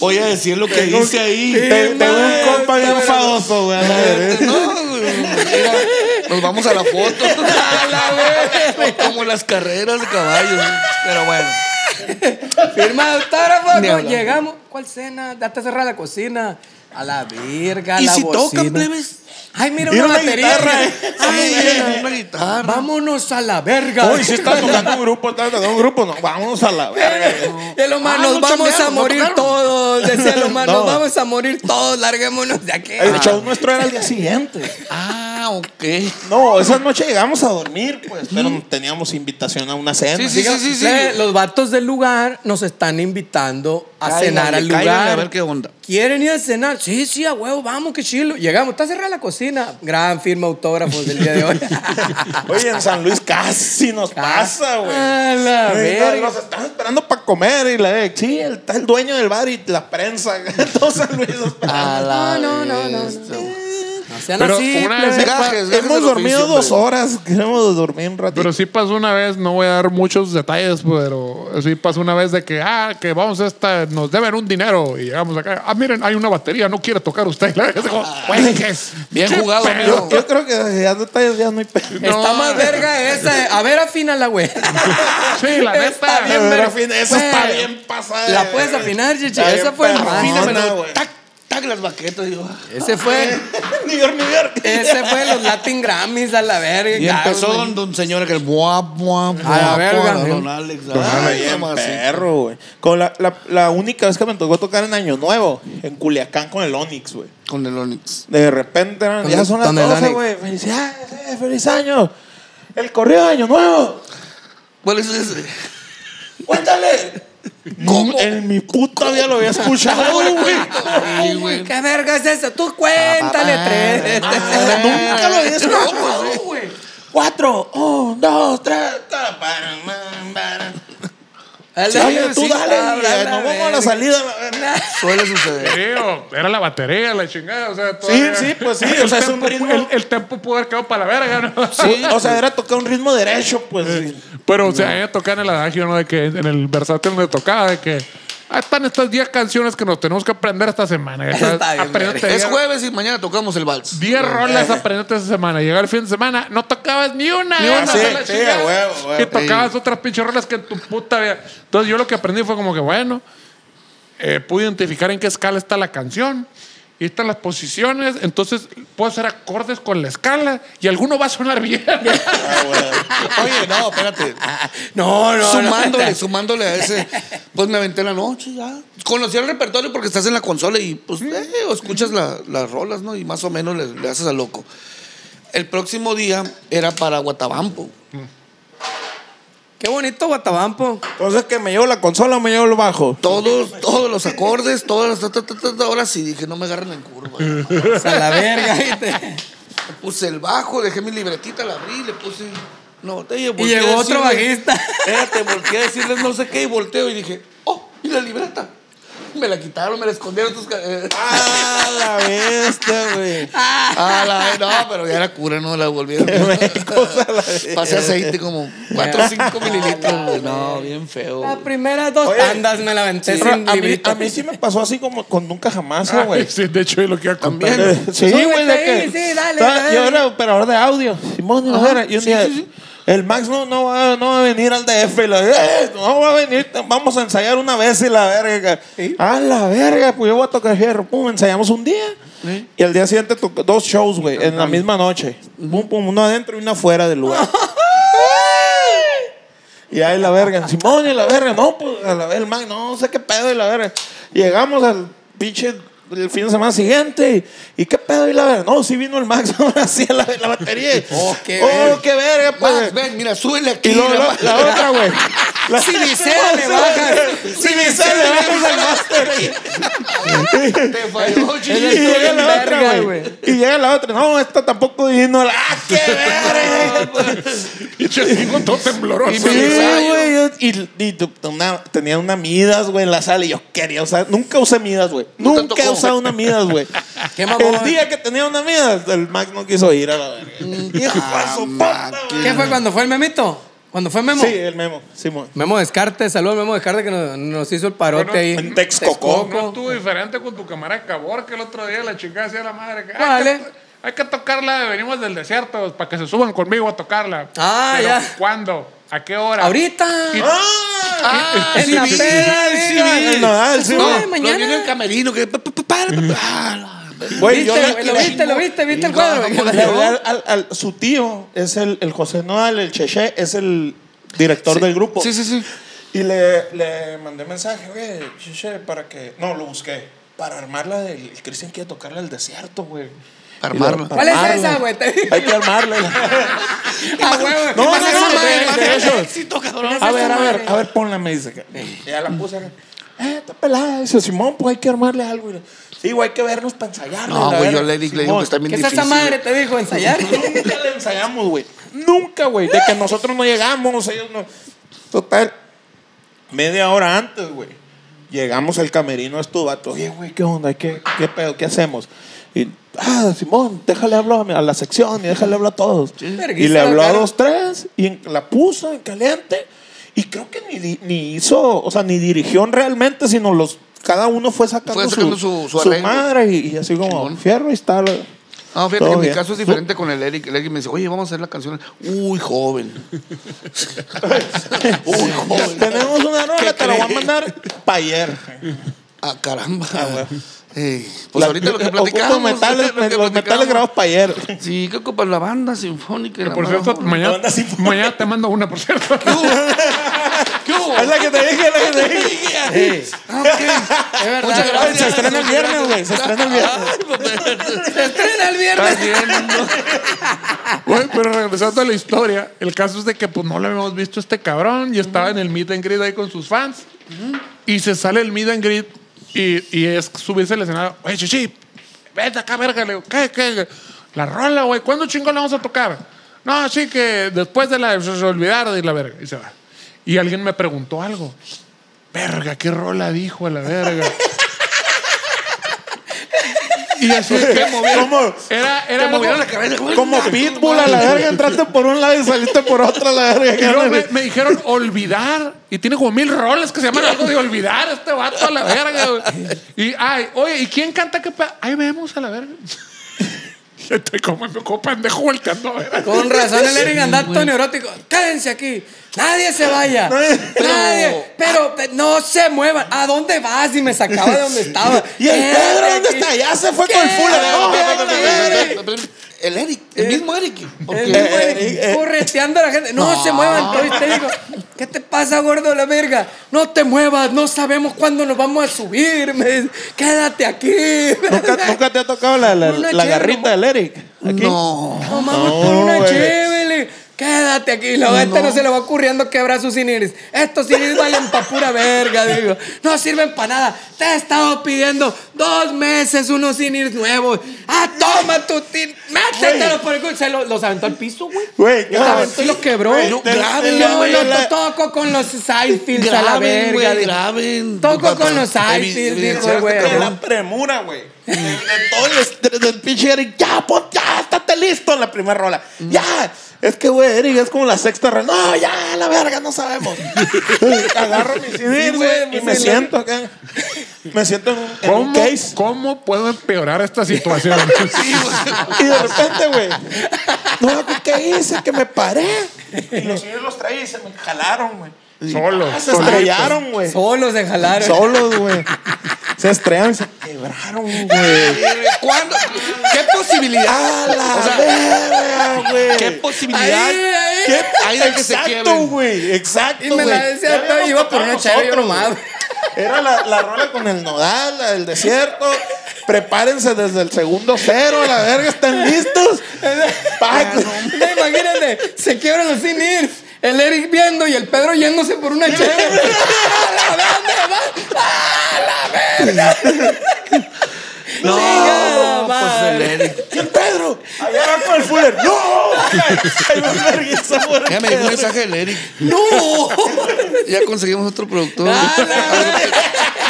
D: Voy a decir lo que dice ahí.
B: Te- Tengo un compa bien famoso, güey. a la verga.
D: Eh, No, güey, mira, nos vamos [laughs] a la foto. Como las carreras de caballos. güey. Pero bueno.
C: Firma de autógrafo.
D: Ni
C: no,
D: hablar.
C: llegamos. ¿Cuál cena? Ya está cerrada la cocina. A la verga,
D: ¿Y
C: la
D: si
C: bocina.
D: tocan, plebes?
C: Ay, mira
B: Mira
C: una
B: una
C: batería.
B: guitarra,
C: mira.
B: eh.
C: Ay, mira.
D: Ay, una guitarra.
C: Vámonos a la verga.
B: Uy, si está tocando un grupo, está tocando un grupo. No, vámonos a la verga. güey.
C: Y [laughs] El humano,
D: Ah,
C: nos
D: no
C: vamos a
D: chambearon, no
C: morir
D: tocaron.
C: todos. Decía
D: [laughs]
C: el humano,
B: No.
C: nos vamos a morir todos. Larguémonos de aquí. Ah,
B: El show nuestro era el día siguiente.
D: Ah, ok.
B: No, esa noche llegamos a dormir, pues, pero teníamos invitación a una cena.
D: Sí, sí, sí, sí. sí.
C: Ustedes, Los vatos del lugar nos están invitando a
D: Cáiganle,
C: cenar al
D: cáiganle,
C: lugar.
D: a ver qué onda.
C: ¿Quieren ir a cenar? Sí, sí, a huevo, vamos, qué chilo. Llegamos, está cerrada la cocina. Gran firma autógrafos del día de hoy.
B: Oye, en San Luis casi nos pasa, güey.
C: A la
B: Sí,
C: verga.
B: Nos están esperando para comer y la de, sí, el, está el dueño del bar y la prensa. [laughs] Todo San Luis nos
D: [laughs]
C: Ah,
D: A la
C: No, no, no, no,
D: bestia.
C: No sean
E: Pero
C: así,
E: una
C: plebe.
E: vez-
D: Gajes, gajes
B: Hemos
D: del
B: dormido
D: oficio,
B: dos
D: hombre.
B: horas, queremos dormir un ratito.
E: Pero sí pasó una vez, no voy a dar muchos detalles, pero sí pasó una vez de que, ah, que vamos a esta, nos deben un dinero y llegamos acá. Ah, miren, hay una batería, no quiere tocar usted. [laughs] La verga, digo,
B: Ah.
E: "Güey, ¿qué es?
D: Bien
E: ¿Qué
D: jugado,
E: pedo?"
D: amigo.
B: Yo creo que ya detalles ya no hay pedo.
C: Está
E: No.
C: más verga esa. eh. A ver, afínala, güey.
E: [laughs] Sí, la
C: Está
E: neta.
C: bien,
B: Pero
C: verga.
B: al fin, esa está
C: Güey,
B: bien pasada.
C: La
B: de
C: puedes
B: verga.
C: afinar, Chichi.
B: Está bien
C: Esa fue el
D: Ah,
B: perrona,
C: afínamelo.
B: güey. [laughs]
D: Tac, tac, las baquetas. Digo. ah.
C: Ese fue.
B: New York, New York.
C: Ese fue los Latin Grammys a la verga.
D: Y
C: ya,
D: empezó
C: güey.
D: don, don señor que el buah, buah, buah,
C: la verga,
D: buah,
C: ¿no?
D: Don Alex.
B: Ah,
D: ay,
B: bien
D: nomás, sí.
B: perro, güey. Con la, la, la única vez que me tocó tocar en Año Nuevo, en Culiacán con el Onix, güey.
D: Con el Onix.
B: De repente eran, ya son las
C: Donde
B: 12,
C: Dani-
B: güey. Felicidades, eh, feliz año. El correo de Año Nuevo.
D: ¿Cuál es ese?
B: Cuéntale.
D: ¿Cómo?
B: En mi puta vida lo había escuchado,
C: [laughs]
B: güey.
D: Ay, güey.
C: ¿Qué verga es eso? Tú cuéntale
B: Ah,
C: tres. Ah,
B: Nunca lo había
C: [laughs]
B: escuchado.
C: No, güey.
B: Cuatro, un, dos, tres. ta, para, man, para.
C: El
B: Dale,
C: de-
B: tú
C: sí,
B: dale.
C: habla,
B: y, eh,
C: habla,
B: Nos vamos a
C: verga.
B: la salida. la verga.
D: Suele suceder.
E: Tío, era la batería, la chingada. O sea,
B: Sí,
E: todavía-
B: sí, pues sí. O sea, es un ritmo.
E: El, el tempo pudo haber quedado para la verga,
B: [laughs]
E: ¿no?
B: O sea, era tocar un ritmo derecho, pues.
E: Pero, o sea, a mí me tocaba en el adagio, ¿no? De que en el versátil me tocaba, de que ah, están estas 10 canciones que nos tenemos que aprender esta
B: [laughs]
E: semana. O sea,
C: Está bien,
E: apréndete
D: Es
E: 10
D: jueves y mañana tocamos el vals.
E: 10 rolas aprendete esta semana. Llega el fin de semana, no tocabas ni una.
D: Ni una,
E: o
B: sí,
E: sea, la
B: sí,
E: chingada.
B: a huevo, a huevo.
E: Y tocabas otras pinches rolas que en tu puta vida. Entonces, yo lo que aprendí fue como que, bueno, eh, pude identificar en qué escala está la canción. Y están las posiciones, entonces puedo hacer acordes con la escala y alguno va a sonar bien.
D: [laughs]
E: [laughs]
D: Oye, no, espérate.
C: No, no.
D: sumándole,
C: no.
D: sumándole a ese. Pues me aventé la noche ya. Conocí el repertorio porque estás en la consola y pues
C: Mm.
D: eh, o escuchas la- las rolas, ¿no? Y más o menos le, le haces a loco. El próximo día era para Guatabampo.
C: Qué bonito Guatabampo.
B: Entonces, Pues que me llevo la consola o me llevo el bajo.
D: Todos, todos los acordes, todas las. ta, ta, ta, ta, ta. Ahora sí dije, no me agarren en curva.
B: [laughs]
C: [laughs] O sea, la verga, ¿viste?
D: Puse el bajo, dejé mi libretita, la abrí, le puse. una botella.
C: Y
D: volteé a
C: llegó otro
D: decirle-
C: bajista.
D: Espérate, volteé a decirles no sé qué y volteo y dije, oh, y la libreta. Me la quitaron, me la escondieron estos ca- eh.
B: ¡Ah, la bestia, [laughs] güey!
D: Ah, la, no, pero ya la cura, no la volvieron. Pasé aceite como 4 o 5 mililitros. güey. No, bien feo.
C: Las
D: güey.
C: primeras dos
B: Oye,
C: tandas me la aventé
B: Pero
C: sin
B: a, mí,
C: librito.
B: a mí sí me pasó así como con nunca jamás, ¿no, güey.
E: Ay, sí, de hecho, es lo que iba a contar.
B: Eh,
C: [laughs]
B: Sí,
C: Súbete
B: güey, de que.
C: ahí, sí, dale,
B: Estaba-
C: dale.
B: Yo era operador de audio. Simón, y la verga, y un día. El Max no, no, va, no va a venir al DF. Y la, "Eh, no va a venir, vamos a ensayar una vez y la verga. A la verga, pues yo voy a tocar fierro. Pum, ensayamos un día. Y al día siguiente tocó dos shows, güey, en la misma noche. Pum, pum, uno adentro y uno afuera del
C: [laughs]
B: lugar. Y ahí la verga, Simón y la verga, no, pues a la verga, el man, no sé qué pedo y la verga. Llegamos al pinche el fin de semana siguiente y, y qué pedo y la verga, no, sí vino el Max [laughs] ahora sí a la, la batería.
C: Oh, qué
B: oh, qué verga, pues.
D: Max, ven, mira, súbele aquí.
B: y luego la,
D: la-
B: la otra, güey. La-
C: Si ni
B: [laughs]
C: se le bajas.
B: Si ni se le bajas al máster.
D: Te falló,
B: Y
D: chichi.
B: llega la
C: verga,
B: otra, güey.
C: güey.
B: Y llega la otra, no, esta tampoco vino. ¡Ah, qué verga!
E: Y yo digo, todo tembloroso.
D: Y
B: Sí,
D: me- ensayo.
B: güey. yo- Y, y tu- una- tenía una Midas, güey, en la sala. Y yo quería usar. Nunca usé Midas, güey.
D: No te
B: Nunca he
D: tocó.
B: usado una Midas, güey.
C: Qué mamón.
B: El día que tenía una Midas, el Max no quiso ir a la verga. [laughs] Hijo de su puta, güey.
C: ¿Qué fue cuando fue el memito? Cuando fue Memo.
B: Sí, el memo. Simón.
C: Memo Descartes, saludos Memo Descartes que nos, nos hizo el parote
E: Bueno,
C: ahí.
B: en Texcoco.
E: No estuvo diferente con tu camarada Cabor que el otro día la chingada hacía la madre. que, "Ay,
C: Vale.
E: que- Hay que tocarla, venimos del desierto para que se suban conmigo a tocarla.
C: Ah,
E: Pero,
C: ya.
E: ¿Cuándo? ¿A qué hora?
C: Ahorita.
D: Ah,
C: En la
D: sí, vi.
C: peda,
D: Sí,
C: diga.
D: vi.
B: En el nodal, sí,
D: No,
C: güey.
D: lo
C: Mañana.
D: vi en el camerino. Que... pa, pa, pa, pa, pa, ah, la-
B: Güey, yo
C: ¿Viste,
B: le-
C: güey? lo viste, lo viste, viste el
D: No,
C: cuadro.
B: le
D: ¿cómo
B: hablé al, al- al- su tío, es el, el José Noal, el Cheche, es el director del grupo.
D: Sí, sí, sí.
B: Y le, le mandé mensaje, güey, chiche, para que. No, lo busqué. Para armarla del. El Cristian quiere tocarla del desierto, güey.
D: Para
B: Y la-
D: armarla.
C: ¿Cuál es
B: armarla.
C: esa, güey? Te-
B: Hay que
C: [laughs]
B: armarla.
C: Ah, huevo.
B: No,
C: ¿Qué
B: no,
C: pasa
B: no,
C: esa
B: no,
C: madre?
B: no, de hecho.
D: Éxito, cabrón.
B: a ver, a ver, a ver, ponla, me dice. que- Ya la puse acá. Eh, está pelada. Dice, Simón, pues hay que armarle algo. Y le- Sí, güey, hay que vernos para ensayarla.
D: No,
B: la
D: güey, yo
B: verga.
D: le dije, le digo "Pues, que
B: Simón,
D: está bien
C: ¿Qué es
D: difícil.
C: esa madre? Te
B: [laughs]
C: dijo
D: [laughs]
C: ensayar.
B: Nunca le ensayamos, güey. Nunca, güey. De que nosotros no llegamos, ellos no. Total. Media hora antes, güey. Llegamos al camerino a estos vatos. Oye, güey, ¿qué onda? ¿Qué, qué pedo? ¿Qué hacemos? Y, ah, Simón, déjale hablar a mi- a la sección y déjale hablar a todos. Y le
C: Verguísima,
B: habló a
C: claro.
B: dos, tres y en- la puso en caliente. Y creo que ni, di- ni hizo, o sea, ni dirigió realmente, sino los. Cada uno fue sacando,
D: Fue sacando su- su arreglo.
B: madre y, y así como,
D: Simón.
B: fierro y está.
D: No, Ah, fíjate,
B: Todo
D: en mi
B: bien.
D: caso es diferente con el Eric. El Eric me dice, oye, vamos a hacer la canción. Uy,
B: [laughs]
D: joven. Uy, joven.
B: Tenemos una rola, te la voy a mandar para ayer.
D: Ah, caramba.
B: güey.
D: Ey, pues ahorita lo que
B: eh, Ocupo
D: platicamos.
B: metales,
D: lo que
B: los metales
D: platicamos.
B: grabados para ayer.
D: Sí, ¿qué ocupas? La banda sinfónica. y
E: Que,
D: la
E: por
D: mala
E: cierto,
D: onda.
E: mañana,
B: Anda así.
E: mañana te mando una, por cierto.
D: ¿Qué hubo?
B: Es la que te dije, la que te dije.
C: Sí.
D: Ah, ok.
C: Es verdad.
D: Muchas gracias.
B: Se estrena el viernes, güey. Se estrena el viernes.
C: Se estrena el
D: Está
C: viernes.
D: bien, ¿no?
E: Güey, pero regresando a la historia, el caso es de que pues no lo habíamos visto a este cabrón y estaba en el meet and greet ahí con sus fans y se sale el meet and greet y, y es subirse al escenario, oye, chichi, vete acá, verga, le digo, ¿qué, qué? La rola, güey, ¿cuándo chingón la vamos a tocar? No, sí, que después de la, se olvidaron y la verga, y se va. Y alguien me preguntó algo, verga, ¿qué rola dijo a la
D: [laughs]
E: verga? y así es que movieron.
B: ¿Cómo?
E: Era, era
D: Te movieron
E: algo-
D: la cabeza. güey.
B: Como Pitbull a la verga, entraste por un lado y saliste por otro a la
E: Y luego me,
B: verga.
E: me dijeron olvidar. Y tiene como mil roles que se llaman algo de olvidar este vato a la verga. güey. Y, ay, oye, ¿y quién canta qué pe-? Ahí vemos a la verga. [laughs] Gente, como me como pendejo volteando a ver.
C: Con razón el Eric andato neurótico. Quédense aquí. Nadie
B: [laughs]
C: se vaya. Nadie. Pero eh, no se muevan. ¿A dónde vas? Y me sacaba de
B: [laughs]
C: donde estaba.
B: ¿Y el
C: Quédate
B: Pedro dónde
C: aquí.
B: está? Ya se fue con el
C: ¿Qué?
B: full.
C: No,
B: No,
D: El Eric,
B: Eh,
D: el mismo Eric. Porque
C: El mismo Eric correteando a la gente. No, se muevan. Entonces te digo, ¿qué te pasa, gordo de la verga? No te muevas, no sabemos cuándo nos vamos a subir. me dice, Quédate aquí.
B: ¿Nunca, nunca te ha tocado la, la,
C: Una
B: la
C: chévere,
B: garrita del Eric? Aquí.
D: No.
C: Tomamos Oh, por una
B: güey.
C: chévere. Quédate aquí. Luego este no. se le va ocurriendo quebrar sus siniris. Estos siniris valen pa' pura verga, digo. No sirven para nada. Te he estado pidiendo dos meses unos siniris nuevos. ¡Ah, toma tu tu tin. Métetelo por el culo. Se lo- los aventó al piso, güey.
B: Güey,
C: Los aventó y los quebró.
B: Güey,
C: Yo
B: te-
D: grave,
B: te-
D: güey,
B: te-
C: lo toco con los Seinfeld a la
D: Graben,
C: verga.
D: güey,
C: dijo.
D: graben.
C: Toco con los
D: Evi-
C: Seinfeld, dijo el
D: evidenciaste
C: güey.
B: de
D: todo.
B: la premura, güey. De, de todo el
D: Todo el- del pinche Eric.
B: ya, pues, ya, estate listo en la primera rola. Ya, es que, güey, Eric, es como la sexta rola. No, ya, la verga, no
C: [laughs]
B: sabemos. Agarro mi CD, güey,
C: Sí, güey, pues
B: y me
C: sí,
B: siento acá. Me siento en un, en un
E: ¿Cómo,
B: case.
E: ¿Cómo puedo empeorar
B: [laughs]
E: esta situación?
B: Y de repente, güey, no, ¿qué- ¿qué hice? Que me paré. Y los señores los traí y se me jalaron, güey.
E: Solo.
B: Ah, Se estrellaron, güey.
C: Solos se jalaron.
B: Solos, güey. Se estrellaron y se quebraron, güey.
D: ¿Cuándo? ¿Qué posibilidad?
B: A la verga, güey.
D: ¿Qué posibilidad?
C: Ahí, ahí.
D: ¿Qué hay de que se
B: Exacto,
D: quiebren?
B: güey. Exacto,
C: Y
B: güey.
C: me la decía,
B: Ya
C: yo
B: habíamos
C: iba por
B: tocado
C: una cheve, yo
B: nosotros,
C: nomás,
B: güey. Era la, la rola con el nodal, la del desierto. Prepárense desde el segundo cero, la verga, ¿están listos? Pac.
C: No, Imagínate, se quiebran los sin ir. El Eric viendo y el Pedro yéndose por una
D: [laughs]
C: cheve. ¡A la verga, va!
D: No,
C: Chingada
D: pues el
C: madre.
D: Eric.
B: ¿Quién, Pedro? Allá va con el Fuller. ¡No! Ahí va el vergüenza, güey.
D: Ya me llegó un mensaje del Eric.
C: ¡No!
D: Ya conseguimos otro productor.
C: Ah, la verga.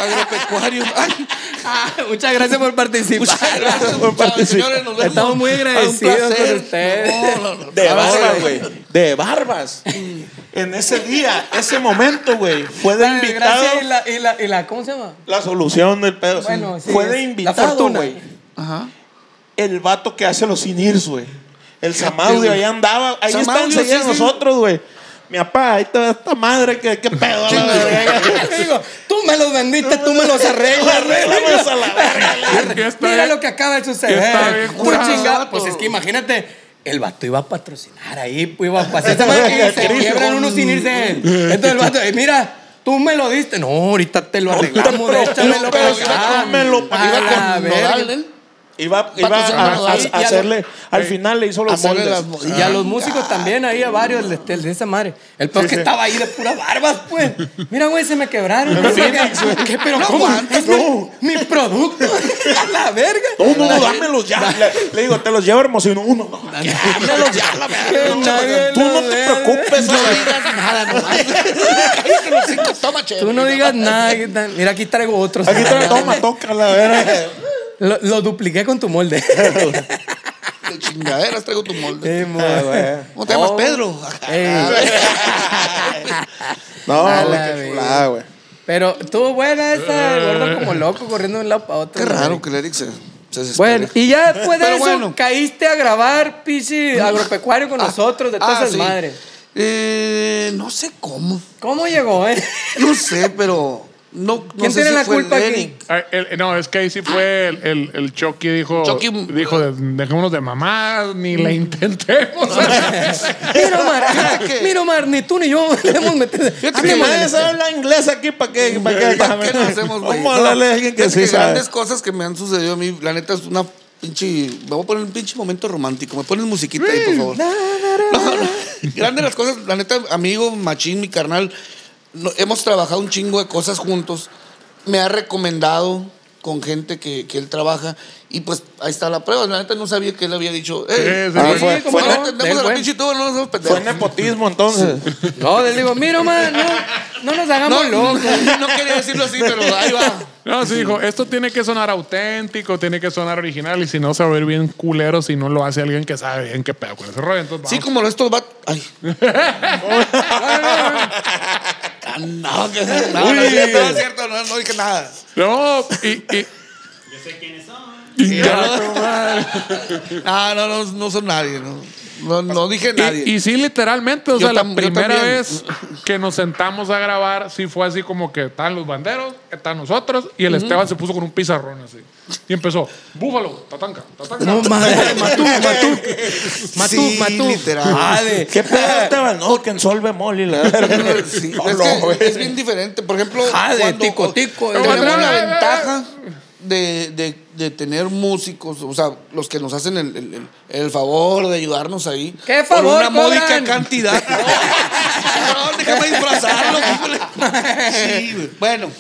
D: Agropecuario. Ay,
C: Ah, Muchas gracias por
D: muchas
C: participar.
D: gracias por participar. Señores, nos vemos.
C: Estamos muy
D: Ah, un
C: agradecidos con
D: placer.
C: ustedes.
D: No, no, no.
B: De
D: Ah,
B: barbas,
D: vale.
B: güey. De barbas. En ese día, ese momento, güey, fue de
C: La
B: invitado.
C: desgracia y la, y, la, y la. ¿Cómo se llama? [laughs]
B: La solución del pedo.
C: Bueno, sí,
B: fue
C: es
B: de
C: la
B: invitado,
C: fortuna.
B: güey.
D: Ajá.
B: el vato que hace los sinirs, güey. El Samaudio,
D: güey.
B: ahí andaba. Ahí
D: Samaudio,
B: están seguidos
D: sí, sí.
B: nosotros, güey. Mi papá, ahí está esta madre, que qué pedo, la verga.
C: Te digo, tú me los vendiste, tú me los arreglas.
B: Arréglame a la verga.
E: Ya está
C: Mira
E: bien.
C: lo que acaba de suceder.
E: Ya está bien
C: Tú
E: curado,
C: chinga-
E: vato.
C: Pues es que imagínate, el vato iba a patrocinar ahí, pues iba a pasar esa madre que se
B: Cristo.
C: quiebran unos sin irse. Entonces el vato, eh, mira, tú me lo diste. No, ahorita te lo arreglamos,
B: pero- pero-
C: échamelo para
B: pero-
C: acá.
B: dámelo para
C: A
D: Iba
C: la
D: con
C: verga.
D: Nodal, ¿eh?
B: Iba, iba
D: Pato, se
B: a,
D: llama
B: a- a
D: David,
C: y a
B: hacerle.
C: los-
B: al final le hizo los
D: hacerle
B: moldes.
D: las moldes.
C: Y a los músicos también, ahí a varios de, de esa madre. El peor que estaba ahí de puras barbas, pues. Mira, güey, se me quebraron. ¿Qué? ¿Qué? ¿Pero
D: No
C: cómo?
D: aguantas,
C: Es mi- mi, producto. [laughs] a la verga.
B: No, no, no, dámelos ya. Le, le digo, te los llevo hermosino. Uno, no, ya, dámelos ya, la
C: [laughs]
B: verga.
C: Que nadie
B: Tú
C: lo
B: no te
C: vea.
B: preocupes,
D: No
B: güey.
D: digas nada, no. Cállate los cinco, toma, che.
C: Tú no digas nada. que tal- Mira, aquí traigo otros.
B: Aquí te toma, toca, la verga.
C: Lo, lo dupliqué con tu molde. [laughs]
D: De chingaderas traigo tu molde.
C: Eh, mo- Eh,
D: ¿Cómo te llamas,
C: Oh.
D: Pedro?
C: Ey.
B: No,
C: A
B: güey,
C: la
B: qué
C: verga.
B: chulada, güey.
C: Pero estuvo buena esa, el gordo como loco, corriendo de un lado para otro.
D: Qué raro que el Eric se, se desespere.
C: eh. Bueno, y ya después de
D: Pero
C: eso,
D: bueno.
C: caíste a grabar, pichi, agropecuario con nosotros, de todas
D: Ah,
C: esas
D: sí.
C: madres.
D: Eh, no sé cómo.
C: ¿Cómo llegó, eh?
D: No sé, pero. No, no
C: ¿Quién
D: sé
C: tiene
D: si
C: la
D: fue el
C: culpa aquí?
D: Eric.
E: Ah, el- no, es que ahí sí fue el, el, el Chucky dijo,
D: Chucky-
E: dijo de- dejémonos de mamás, ni la intentemos.
C: Mira,
D: [laughs]
C: Omar, Ah,
D: Fíjate que-
C: mira, Omar, ni tú ni
D: [laughs]
C: yo le hemos metido.
D: Fíjate
B: Ah, que
D: que
C: Hablemos de
B: nadie
C: esto.
B: sabe hablar inglés aquí, ¿para qué? ¿Para qué?
D: ¿Para qué nos hacemos, güey?
B: Vamos a hablarle a alguien que
D: es
B: sí
D: que
B: sabe.
D: grandes cosas que me han sucedido a mí. La neta es una pinche. Vamos a poner un pinche momento romántico. Me pones musiquita ahí, por
B: Mm,
D: favor. No, no. Grandes las cosas. La neta, amigo, machín, mi carnal. no- hemos trabajado un chingo de cosas juntos. Me ha recomendado con gente que, que él trabaja. Y pues ahí está la prueba. La neta no sabía que él había dicho. "Ey,
E: Sí, sí,
D: no
B: Ah,
E: sí.
B: fue-
C: ¿cómo no?
D: entendemos a
C: Del
D: la
C: güey.
D: pinche tuba, no nos hacemos
B: Fue
D: pendejos".
B: nepotismo entonces.
C: No, les digo, mira, Omar, no, no nos hagamos
D: No,
C: locos.
D: [laughs] no, no quería decirlo así, pero ahí va.
E: No, sí, dijo, esto tiene que sonar auténtico, tiene que sonar original y si no, se va a ver bien culero si no lo hace alguien que sabe bien qué pedo con ese rollo. Entonces,
D: Sí,
E: vamos.
D: como lo estos va. Ay. Ah, no, que no, no, no, es cierto, no es cierto, no, no dije nada.
E: No, y... y
D: Ah, no, no, no son nadie, no. No, no dije nadie.
E: Y, y sí, literalmente, o
D: Yo
E: sea, la
D: tam- yo
E: primera
D: también.
E: vez que nos sentamos a grabar, sí fue así como que están los banderos, están nosotros, y el Esteban se puso con un pizarrón así. Y empezó, búfalo, tatanca, tatanca.
D: [laughs]
C: No, madre, matú, matú. Matú,
D: Sí,
C: matú.
D: literal.
C: Madre.
B: ¿Qué pedo, Ah, Esteban? No, que en sol bemol y la
D: [laughs]
B: verga.
D: Sí,
B: No,
D: es,
B: no,
D: que
B: güey.
D: es bien diferente. Por ejemplo,
C: Jade,
D: cuando-
C: tico, tico,
D: tenemos
E: eh,
D: la
E: eh, eh.
D: ventaja de, de- de tener músicos, o sea, los que nos hacen el, el- el- el favor de ayudarnos ahí.
C: ¿Qué
D: Por
C: favor
D: una módica
C: cobran?
E: [laughs]
D: cantidad. Cabrón, déjame disfrazarlo. híjole. Sí, güey. bueno.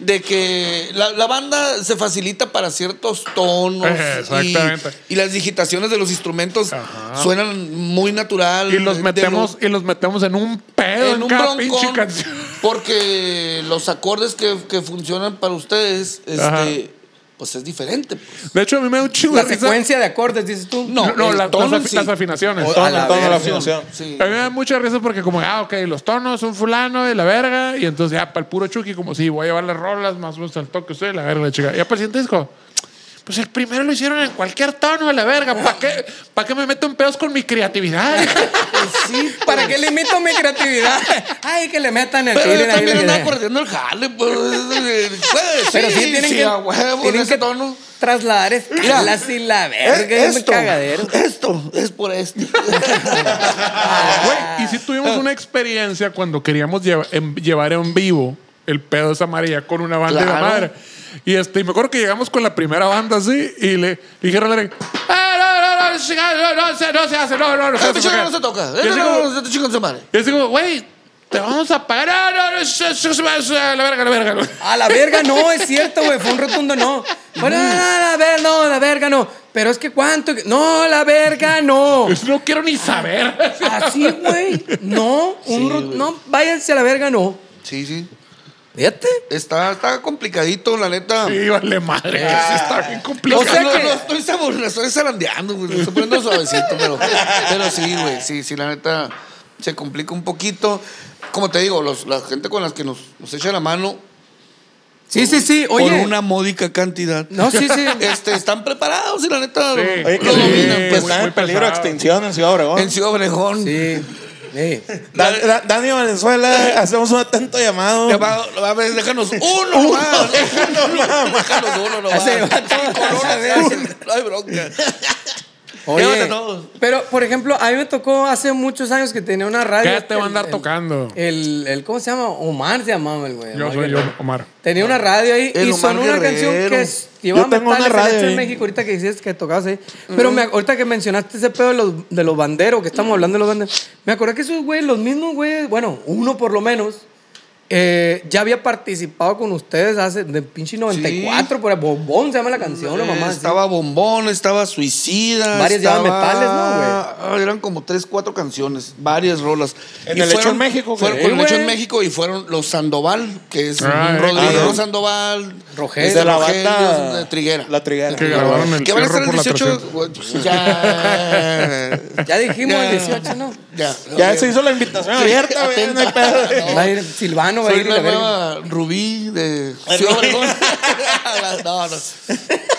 D: de que la, la banda se facilita para ciertos tonos.
E: Eh, [laughs] exactamente.
D: Y, y las digitaciones de los instrumentos
E: Ajá.
D: suenan muy natural. eh,
E: Y los
D: de
E: metemos,
D: lo-
E: y los metemos en un pedo en,
D: en un
E: cada
D: broncón.
E: pinche canción.
D: Porque los acordes que, que funcionan para ustedes,
E: Ajá.
D: este, pues es diferente. pues.
E: De hecho, a mí me da un chingo de
C: La
E: risa.
C: secuencia de acordes, dices tú.
D: No,
E: No,
D: el
E: las-
D: tono
E: las
D: en
E: afi-
D: sí.
E: las afinaciones,
D: O- a
E: tono,
D: la
B: tono, la
D: versión.
B: afinación.
D: Sí.
E: A mí me da mucha risa porque como, ah, ok, los tonos son fulano y la verga. Y entonces ya para el puro Chucky, como si voy a llevar las rolas, más o menos al toque usted, la verga, la chica. Ya para el siguiente disco. Pues el primero lo hicieron en cualquier tono, a la verga. ¿Para qué, pa' qué me meto en pedos con mi creatividad?
D: Sí,
C: ¿Para qué limito mi creatividad? Ay, que le metan el
D: Pero
C: feeling
D: yo
C: ahí,
D: también
C: la
D: andaba
C: idea.
D: corriendo el jale, pues. Pues,
C: Pero sí, tienen que,
D: a huevo,
C: tienen
D: en ese
C: que
D: tono.
C: trasladar
D: Mira. ¿eh?
C: escalas y la
D: Es-
C: verga. Es un cagadero.
D: esto es por esto.
E: Güey, y si tuvimos una experiencia cuando queríamos lleva- en- llevar en vivo el pedo de esa María con una banda de la
D: Claro.
E: madre. Y este, y me acuerdo que llegamos con la primera banda así y le le dijeron a la "Ah, no, no, no, chica, no, no, se- no se hace, no, no, no, se
D: Esta
E: hace,
D: chica no se toca.
E: Y
D: Esta
E: así
D: no
E: como-
D: se chica no se madre.
E: y así como, güey, te vamos a pagar. No, no, no, se- se- se- se- la verga, la verga. [laughs] güey.
C: A la verga no, es cierto, güey. Fue un rotundo no. Bueno, no, no, la verga no, la verga no. Pero es que cuánto. No, la verga no.
E: No quiero ni saber. [laughs]
C: Así, güey. No, un
D: Sí,
C: ro-
D: güey.
C: No, váyanse a la verga no.
D: Sí, sí.
C: Fíjate.
D: Está, está complicadito, la neta.
E: Sí, vale madre. Sí, está bien complicado.
C: Ah. O sea
D: no,
C: que-
D: no, estoy sabor, la estoy zarandeando, güey. la Estoy poniendo suavecito, pero, pero sí, güey. Sí, sí, la neta se complica un poquito. Como te digo, los, la gente con las que nos, nos echa la mano
C: Sí, sí, sí. Oye.
D: por una módica cantidad.
C: No, sí, sí.
D: [laughs] Este, están preparados y la neta
E: Sí.
D: lo-
B: Oye,
D: lo
B: que
E: Sí,
D: dominan.
E: muy,
B: sí,
D: pues,
B: está
E: muy
B: en peligro de
E: pesado.
B: extinción en Ciudad Obregón.
D: en Ciudad Obregón.
C: Sí. sí.
B: Da- Da- Dani Valenzuela, hacemos un atento llamado.
D: Ya va- va- va- déjanos
C: [laughs]
D: uno nomás. Déjanos uno nomás.
C: Ese vato. [laughs]
D: Colores, No hay bronca. Llévate
C: Oye,
D: todos.
C: pero por ejemplo, a mí me tocó hace muchos años que tenía una radio.
E: ¿Qué te va a
C: El-
E: andar
C: el-
E: tocando?
C: El, el- ¿cómo se llama? Omar se llamaba el güey.
E: Yo
C: Omar
E: soy yo,
C: Guerrero.
E: Omar.
C: Tenía una radio ahí
D: El
C: y
D: Omar
C: sonó una
D: Guerrero.
C: canción que es,
B: Yo
C: llevaba
B: tengo una
C: metales
B: radio
C: hecho en
B: ahí.
C: México ahorita que dices que tocabas ahí. Pero me, ahorita que mencionaste ese pedo de los, de los banderos, que estamos hablando de los banderos, me acordé que esos güeyes, los mismos güeyes, bueno, uno por lo menos, eh, ya había participado con ustedes hace de pinche 94, por ahí, Bombón se llama la canción, la
D: Eh,
C: mamá. sí.
D: estaba bombón, estaba suicida.
C: Varias
D: estaba-
C: llevan metales, ¿no,
D: Ah, eran como tres, cuatro canciones, varias rolas.
B: En el Hecho en México, güey.
D: Fueron,
C: Sí,
D: con el
C: güey.
D: hecho en México y fueron los Sandoval, que es
E: Ah, eh.
D: Rodrigo
B: Ah,
D: Sandoval,
C: Rogelio.
D: este,
B: De la
D: Rogelio,
B: banda-
D: de Triguera.
B: La Triguera.
E: Que grabaron el
D: que van a estar
E: cerro por
D: el
E: la
D: 18.
E: 300.
D: güey, pues, ya.
C: Ya dijimos el 18, ¿no?
D: [laughs] Ya,
B: Ya
D: ok.
B: se hizo la invitación abierta, güey. No hay pedo.
C: Va a ir Silvano, va a
D: Soy
C: ir y
D: la
C: la verga.
D: nueva Rubí de Ciudad Obregón. no, no.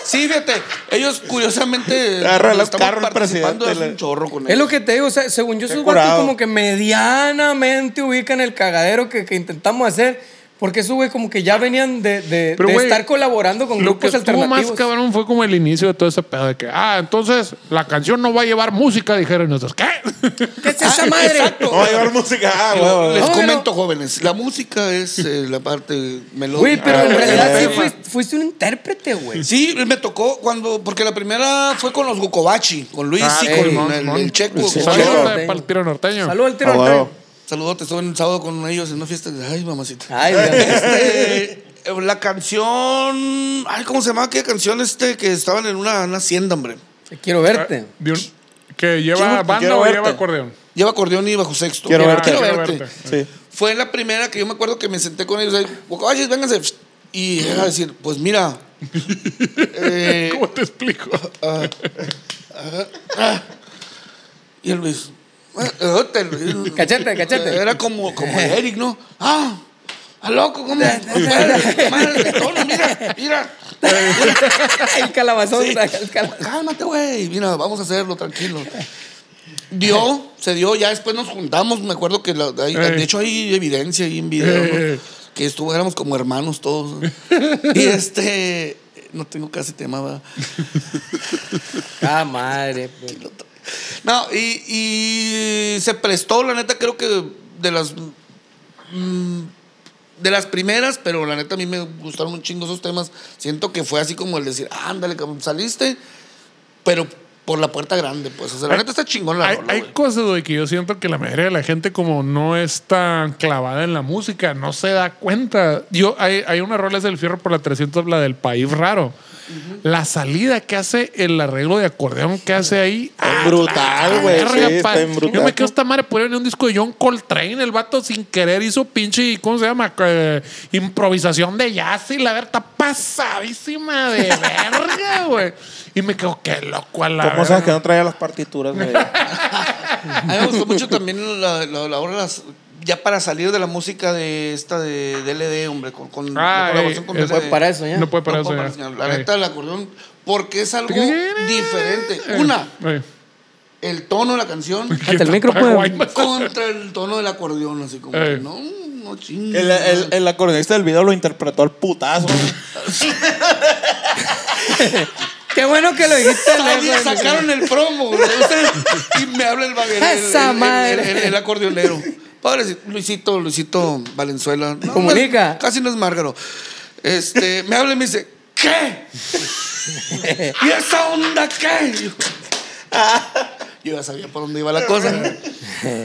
D: Sí, fíjate, ellos curiosamente
B: Agarra
D: cuando
B: los carros el
D: participando
B: presidente,
D: es un
B: la-
D: chorro con
C: Es
D: ellos.
C: lo que te digo, o sea, según yo, esos vatos
B: curado.
C: como que medianamente ubican el cagadero que, que intentamos hacer, porque esos güey como que ya venían de, de-
E: Pero,
C: de
E: güey,
C: estar colaborando con
E: Lo que
C: grupos
E: estuvo más
C: alternativos.
E: cabrón fue como el inicio de todo ese pedo de que, ah, entonces la canción no va a llevar música, dijeron nosotros. ¿Qué? [laughs]
C: ¿Qué es esa madre?
B: [laughs] No va a llevar música. Ah, güey,
D: Les
C: No, pero-
D: comento, jóvenes, la música es eh, la parte melódica.
C: Güey, pero en
B: Ah,
C: realidad
B: eh,
C: sí
B: eh,
C: fuiste, fuiste un intérprete, güey.
D: Sí, me tocó cuando, porque la primera fue con los Gucobachi, con Luis
B: Ah,
D: y
C: ey,
D: con
E: mon,
D: el,
E: mon.
D: el Checo.
B: Sí,
D: Saludos.
B: Checo.
E: Saludos para el tiro norteño.
C: Saludos al tiro
B: Ah,
C: norteño.
B: huevo.
D: Saludote, estuve un sábado con ellos en una fiesta. de- Ay, mamacita. [laughs]
C: Ay, Dios.
D: Este, la canción. Ay, ¿cómo se llama aquella canción este que estaban en una, una hacienda, hombre?
C: Quiero
E: [laughs]
C: verte.
E: Ah, De un- que lleva
D: Quiero-
E: banda
B: quiero
E: o
B: verte.
E: lleva acordeón. [laughs]
D: Lleva acordeón y bajo sexto.
B: Quiero
E: verte.
D: Quiero
E: Quiero
D: verte.
E: verte.
B: Sí.
D: Fue la primera que yo me acuerdo que me senté con ellos. ahí, "Guacabayes, vénganse. Y era decir, pues mira. eh,
E: ¿Cómo te explico?
D: y el Luis. "Ah, ejote, Luis".
C: Cachete, cachete.
D: Era como, como el Eric, ¿no? ¡Ah! ¡A loco! ¿Cómo? Madre, madre, de tono, mira, mira.
C: el calabazón. el cala-
D: Cálmate, güey. Mira, vamos a hacerlo, tranquilo. Dio, se dio, ya después nos juntamos. Me acuerdo que, la- hay-
E: Ey.
D: de hecho, hay evidencia ahí en video, ¿no?
E: Ey.
D: que estuvo, éramos como hermanos todos.
E: [laughs]
D: y este, no tengo casi tema, ¿verdad?
C: Ah, madre. pues.
D: No, y, y se prestó, la neta, creo que de las. mm, de las primeras, pero la neta a mí me gustaron un chingo esos temas. Siento que fue así como el decir, ándale, cabrón, saliste, pero por la puerta grande, pues. O sea, la
E: Hay-
D: neta está chingón la
E: Hay,
D: rola,
E: hay
D: güey.
E: cosas, güey, que yo siento que la mayoría de la gente, como no es tan clavada en la música, no se da cuenta. Yo, hay, hay una rola es del fierro por la 300, la del país raro. La salida que hace, el arreglo de acordeón que hace ahí.
B: Está
E: ah,
B: brutal, güey.
E: verga,
B: Sí,
E: pa-
B: está en brutal.
E: Yo me quedo esta madre por en un disco de John Coltrane. El vato sin querer hizo pinche, ¿cómo se llama? Eh, improvisación de jazz y la verdad está pasadísima de verga, güey. Y me quedo, qué loco a la
B: ¿Cómo
E: verga.
B: sabes que no traía las partituras, [laughs] güey?
D: A mí me gustó mucho también la, la, la obra, las- ya para salir de la música de esta de DLD, hombre, con, con
E: Ah,
D: la colaboración
E: eh,
D: con
E: eh,
D: DLD.
E: fue
C: para eso, ya.
E: No puede parar
D: No puedo parar,
E: eso. ya.
D: señor. La
E: Ey.
D: neta, el acordeón, porque es algo diferente.
E: Ey.
D: Una,
E: Ey.
D: el tono de la canción
C: Hasta el micro,
E: Ay,
C: pues.
E: guay, más.
D: contra el tono del acordeón, así como, que
E: Ey.
D: no, no chingues.
B: El, el, [laughs] el acordeonista del video lo interpretó al putazo.
C: Qué bueno que lo dijiste
D: Nadie
C: lejos.
D: sacaron el promo, güey. Ustedes- y me habla el baguero, el,
C: Esa
D: el- el-
C: madre.
D: el- el acordeonero. Padre, Luisito, Luisito Valenzuela. No,
C: Comunica.
D: no, casi no es Márgaro. Este, me habla y me dice,
C: [laughs]
D: ¿qué? ¿Y esa onda qué? Yo, yo ya sabía por dónde iba la cosa.
C: [laughs]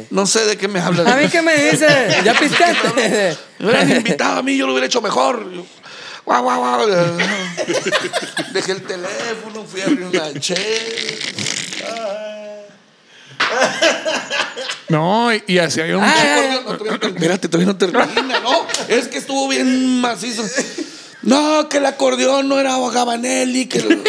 D: No sé de qué me hablas.
C: A mí qué me dices, ya pisteaste.
E: [laughs]
D: Me hubieran invitado a mí, yo lo hubiera hecho mejor. Yo, Guau, guau, guau. Dejé el teléfono, fui a abrir una
E: [laughs]
D: chela.
E: No, y, y así hay un.
C: Ah,
E: chi-
C: Ay, ay,
D: No, todavía no termina. Espérate, todavía no termina, ¿no? Es que estuvo bien macizo. No, que el acordeón no era Gabanelli, que... el-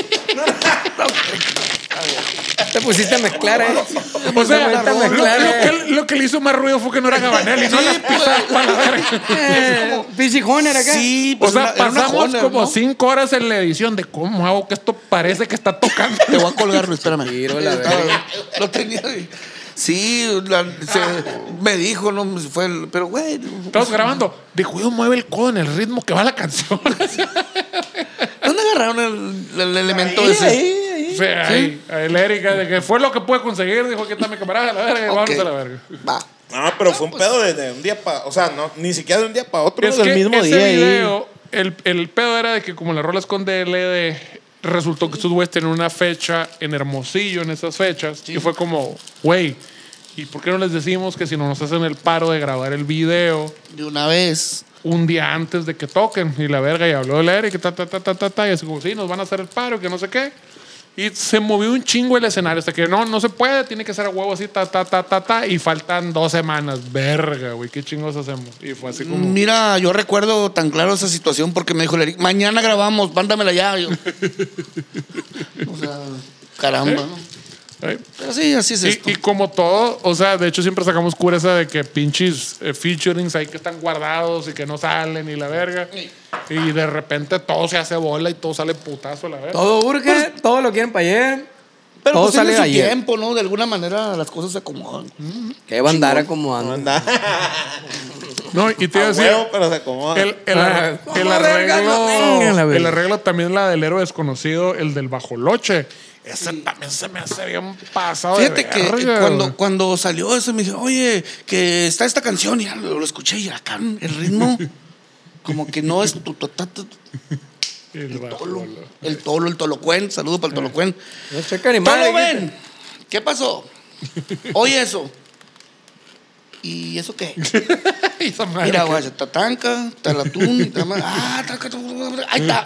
C: Te pusiste a mezclar, eh.
E: [laughs] o
D: pues
E: sea,
C: Ahorita
E: lo,
C: me aclaro,
E: lo
C: eh.
E: que, lo que le hizo más ruido fue que no era Gabanelli, no
D: pues,
E: las pisadas para la verga.
C: Eh, Pinche Joner acá.
D: Sí,
E: O
D: pues
E: sea,
D: era- era una
E: pasamos
D: Joner,
E: como
D: ¿no?
E: cinco horas en la edición de cómo hago que esto parece que está tocando. [laughs]
D: Te voy a colgar, Luis, espérame.
C: Tiro la
D: Estaba-
C: verga.
D: Lo tenía... Sí, la- se- me dijo, no, fue el... Pero, güey...
E: Estamos grabando. De cuidado, mueve el codo en el ritmo que va la canción. [laughs]
D: ¿Dónde agarraron el, el elemento
B: Ahí,
D: ese?
B: ahí, ahí.
E: O sea, ahí, ahí la Erika, de que fue lo que pude conseguir, dijo que está mi camarada, la verga,
D: Ok.
E: vámonos a la verga.
D: Va.
B: No, pero fue un pedo de, de un día para. O sea, no, ni siquiera de un día para otro,
E: Es
B: del
E: que
B: mismo
E: ese
B: día. ahí.
E: video, el, el pedo era de que como las rolas con DLD, resultó que estos güeyes tenían una fecha en Hermosillo en esas fechas. Y fue como, güey, ¿y por qué no les decimos que si no nos hacen el paro de grabar el video
D: De una vez.
E: un día antes de que toquen? Y la verga, y habló el Eric, ta, ta, ta, ta, ta, ta, y así como, sí, nos van a hacer el paro, que no sé qué. Y se movió un chingo el escenario hasta que no, no se puede, tiene que ser a huevo así, ta, ta, ta, ta, ta. Y faltan dos semanas, verga, güey, qué chingos hacemos. Y fue así como...
D: Mira, yo recuerdo tan claro esa situación porque me dijo el Eric, mañana grabamos, mándamela ya. Yo, o sea, caramba, ¿no?
E: "Ay,
D: Pero sí, así es esto.
E: Y, y como todo, o sea, de hecho siempre sacamos cura esa de que pinches eh, featurings ahí que están guardados y que no salen y la verga. Y de repente todo se hace bola y todo sale putazo a la verga.
C: Todo urge, todo lo quieren para ayer.
D: Pero
C: todo
D: pues
C: sale
D: tiene su
C: de ayer.
D: tiempo, ¿no? De alguna manera las cosas se acomodan.
C: Que va a andar acomodando.
B: Anda.
E: No, y te
B: A
E: iba a decir,
B: Ah, huevo, pero se acomoda.
E: el, el ar-
C: Ah,
E: el
C: ¿cómo verga no tengan la
E: arreglo,
C: verga?
E: el arreglo también la del héroe desconocido, el del bajoloche. Ese también se me hace bien pasado.
D: Fíjate
E: de
D: que eh,
E: verga, güey.
D: cuando, cuando salió eso me dije, oye, que está esta canción y ya lo, lo escuché y acá el ritmo como que no es tu, tu- ta- tu-
E: El
D: [laughs] tolo,
E: bajoloche.
D: el tolo, el tolocuén, saludo para el tolocuén.
C: No checa ni
D: ¿Todo
C: madre,
D: lo ven? ¿Qué pasó? Oye eso. ¿Y eso [laughs] qué?
E: Esa madre
D: Mira,
E: que-
D: güey, tatanca, talatún, y tama- ah, taca, tu- ahí está.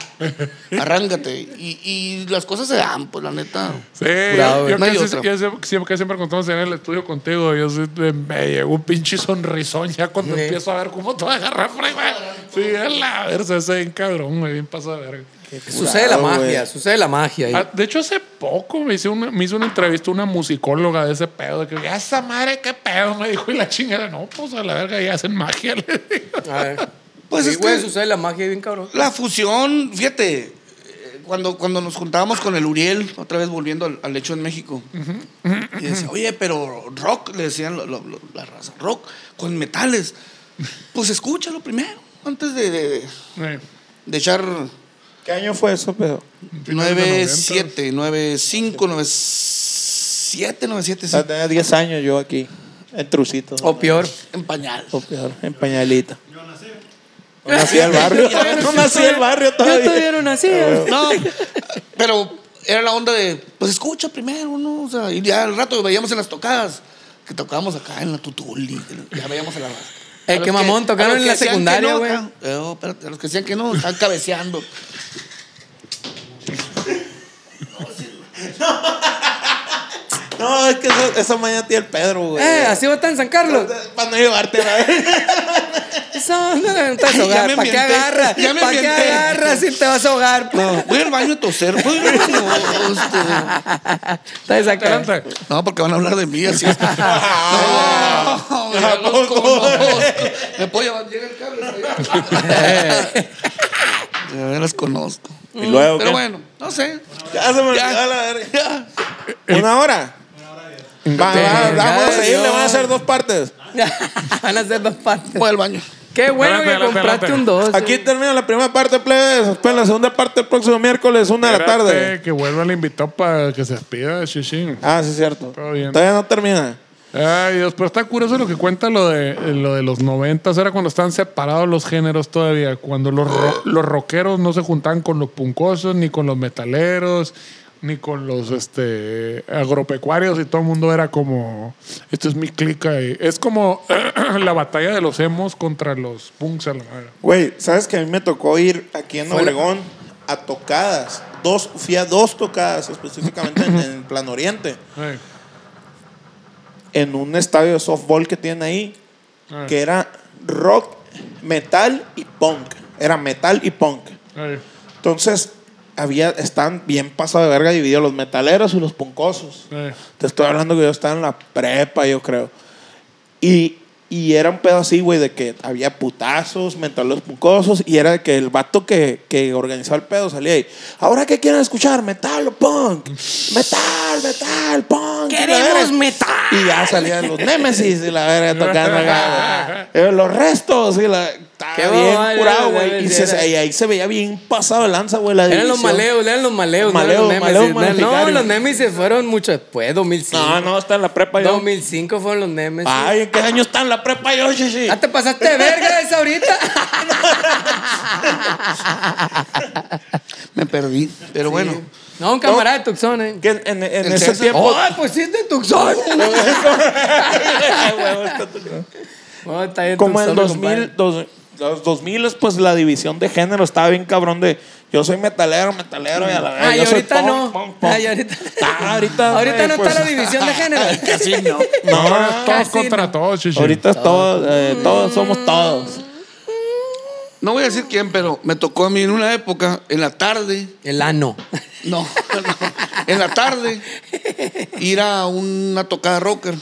D: Arráncate. Y, y las cosas se dan, pues la neta.
E: Sí,
C: Bravo,
E: yo, yo
D: no hay
E: casi-
D: otra.
E: yo siempre, siempre- siempre cuando estamos en el estudio contigo, yo sí, me- me llegó un pinche sonrisón ya cuando
C: Sí.
E: empiezo a ver cómo toda agarra frega. Sí, a la verga, ese bien cabrón, güey, bien pasa de verga.
C: Sucede la
B: Curado,
C: magia,
B: güey.
C: sucede la magia. ahí.
E: Ah, de hecho, hace poco me hizo, una, me hizo una entrevista una musicóloga de ese pedo, de que, "Ah, esa madre, qué pedo, me dijo, y la chingada, no, pues a la verga, ya hacen magia. [laughs] le digo.
C: A ver.
D: Pues
C: Sí,
D: es
C: güey,
D: que-
C: sucede la magia bien cabrón.
D: La fusión, fíjate, eh, cuando, cuando nos juntábamos con el Uriel, otra vez volviendo al, al hecho en México, y decía, oye, pero rock, le decían lo- lo- lo- la raza, rock con metales. Pues escúchalo primero, antes de, de- de-
E: Sí.
D: de echar
B: ¿Qué año fue eso, pedo?
D: 97, 95, 97, 97,
B: O
D: sí,
B: sea, Ah, tenía 10 años yo aquí, en trucito.
C: O peor.
D: en pañal.
B: O peor, en pañalita. No
E: [laughs]
B: nací en el barrio.
C: [laughs] Yo
D: Ah,
B: no nací en el barrio todavía.
C: Eh, todavía no nací.
D: No, pero era la onda de, pues escucha primero, ¿no? O sea, y ya al rato veíamos en las tocadas, que tocábamos acá en la tutuli, ya veíamos en la raza.
C: Eh,
D: A los
C: qué mamón,
D: a
C: tocaron
D: los
C: en
D: que
C: la
D: decían que
C: secundaria,
D: no,
C: güey.
D: acá, eh, oh, espérate, a los que decían que no, están
C: [laughs]
D: cabeceando.
B: No, es que eso- esa mañana tiene el Pedro, güey.
C: Eh, así va a estar en San Carlos.
B: Para no llevarte, [laughs] ¿verdad?
C: Eso no te vas a
D: Ya me
C: ahogar. ¿Para qué
D: ambienté.
C: agarras?
D: Ya me
C: ¿Para qué
D: ambienté.
C: agarras si te vas a ahogar?
D: No, voy al baño a toser, voy al baño. este,
C: Estás acá.
E: Adelante.
D: No, porque van a hablar de [laughs] mí así. es. no, Ah, ya los
B: tampoco.
D: conozco. Me puedo llevar, llega el cable. está bien. [laughs] Ya las conozco.
B: Y luego,
D: Pero
B: ¿qué?
D: bueno, no sé.
B: Ya se me olvidó
D: Ya.
B: la verga.
D: Ya.
B: ¿Una hora? Va, va, vamos a seguirle, van a hacer dos partes.
C: [laughs] Van a ser dos partes.
D: Voy al baño.
C: Qué bueno que
E: Adelante, adelante,
C: compraste
E: adelante.
C: un dos. eh.
B: Aquí termina la primera parte, plebes. Después la segunda parte el próximo miércoles, una de la tarde.
E: Espérate, Que vuelva el invitado para que se despida, Shishín.
B: Ah, sí, es cierto.
E: Todo bien.
B: Todavía no termina.
E: Ay, Dios, pero está curioso lo que cuenta lo de, lo de los noventas. Era cuando estaban separados los géneros todavía. Cuando los, ro- los rockeros no se juntaban con los puncosos, ni con los metaleros, ni con los este, agropecuarios. Y todo el mundo era como, esto es mi clica. y- es como [clears throat] la batalla de los emos contra los punks a la madre.
B: Güey, ¿sabes que a mí me tocó ir aquí en Obregón a tocadas? Dos, fui a dos tocadas específicamente en, en Plan Oriente,
E: Ay,
B: en un estadio de softball que tienen ahí,
E: Ah.
B: que era rock, metal y punk. Era metal y punk.
E: ay.
B: Entonces, había, estaban bien pasados de verga divididos los metaleros y los puncosos.
E: Eh.
B: Te estoy hablando que yo estaba en la prepa, yo creo. Y, y era un pedo así, güey, de que había putazos, metalos pucosos, y era de que el vato que, que organizaba el pedo salía ahí. ¿Ahora qué quieren escuchar? ¿Metal o punk? ¿Metal, metal, punk?
C: Queremos
B: la verga.
C: metal.
B: Y ya salían los Némesis y la verga tocando acá.
C: [laughs]
B: güey. Eh, los restos y la. Estaba
C: Qué
B: bien
C: bobo,
B: curado,
C: güey,
B: güey. Y,
C: era-
B: se- y ahí se veía bien pasado el lanza, güey. la
C: Eran los
B: división.
C: maleos, eran los maleos, no
B: Maleos,
C: eran los
B: maleos,
C: Nemesis. No,
B: maleficarios.
C: los Nemesis fueron mucho después, 2005.
B: No, no, está en la prepa yo.
C: 2005 fueron los Nemesis.
B: Ay, ¿en Ah, qué año está en la prepa yo, Shishi?
C: ¿Ya te pasaste de verga esa ahorita? [laughs]
D: Me perdí. Pero bueno.
C: No, un camarada de Tucson, eh.
B: Que en, en- en Oh.
D: El
B: ese
D: censo.
B: tiempo. [laughs]
C: ¡Ay, pues sí es de Tucson! Oh, está bien
B: como en
C: Tucson, mi
B: 2000,
C: compadre.
B: dos- los 2000, pues la división de género estaba bien cabrón de yo soy metalero, metalero y a la vez.
C: Ay,
B: yo soy
C: ahorita
B: punk,
C: no.
B: punk, punk.
C: Ay, ahorita.
B: Ah, ahorita,
C: [laughs] Ahorita
B: güey,
C: no
B: pues,
C: está la división de género.
B: [laughs]
D: Casi no.
B: no,
E: Ahora es todos
C: casi
E: contra
C: no.
E: todos, chichi.
B: ahorita es todo, eh, todos somos todos.
D: No voy a decir quién, pero me tocó a mí en una época, en la tarde.
C: El ano.
D: No, [laughs] no. En la tarde, ir a una tocada rocker.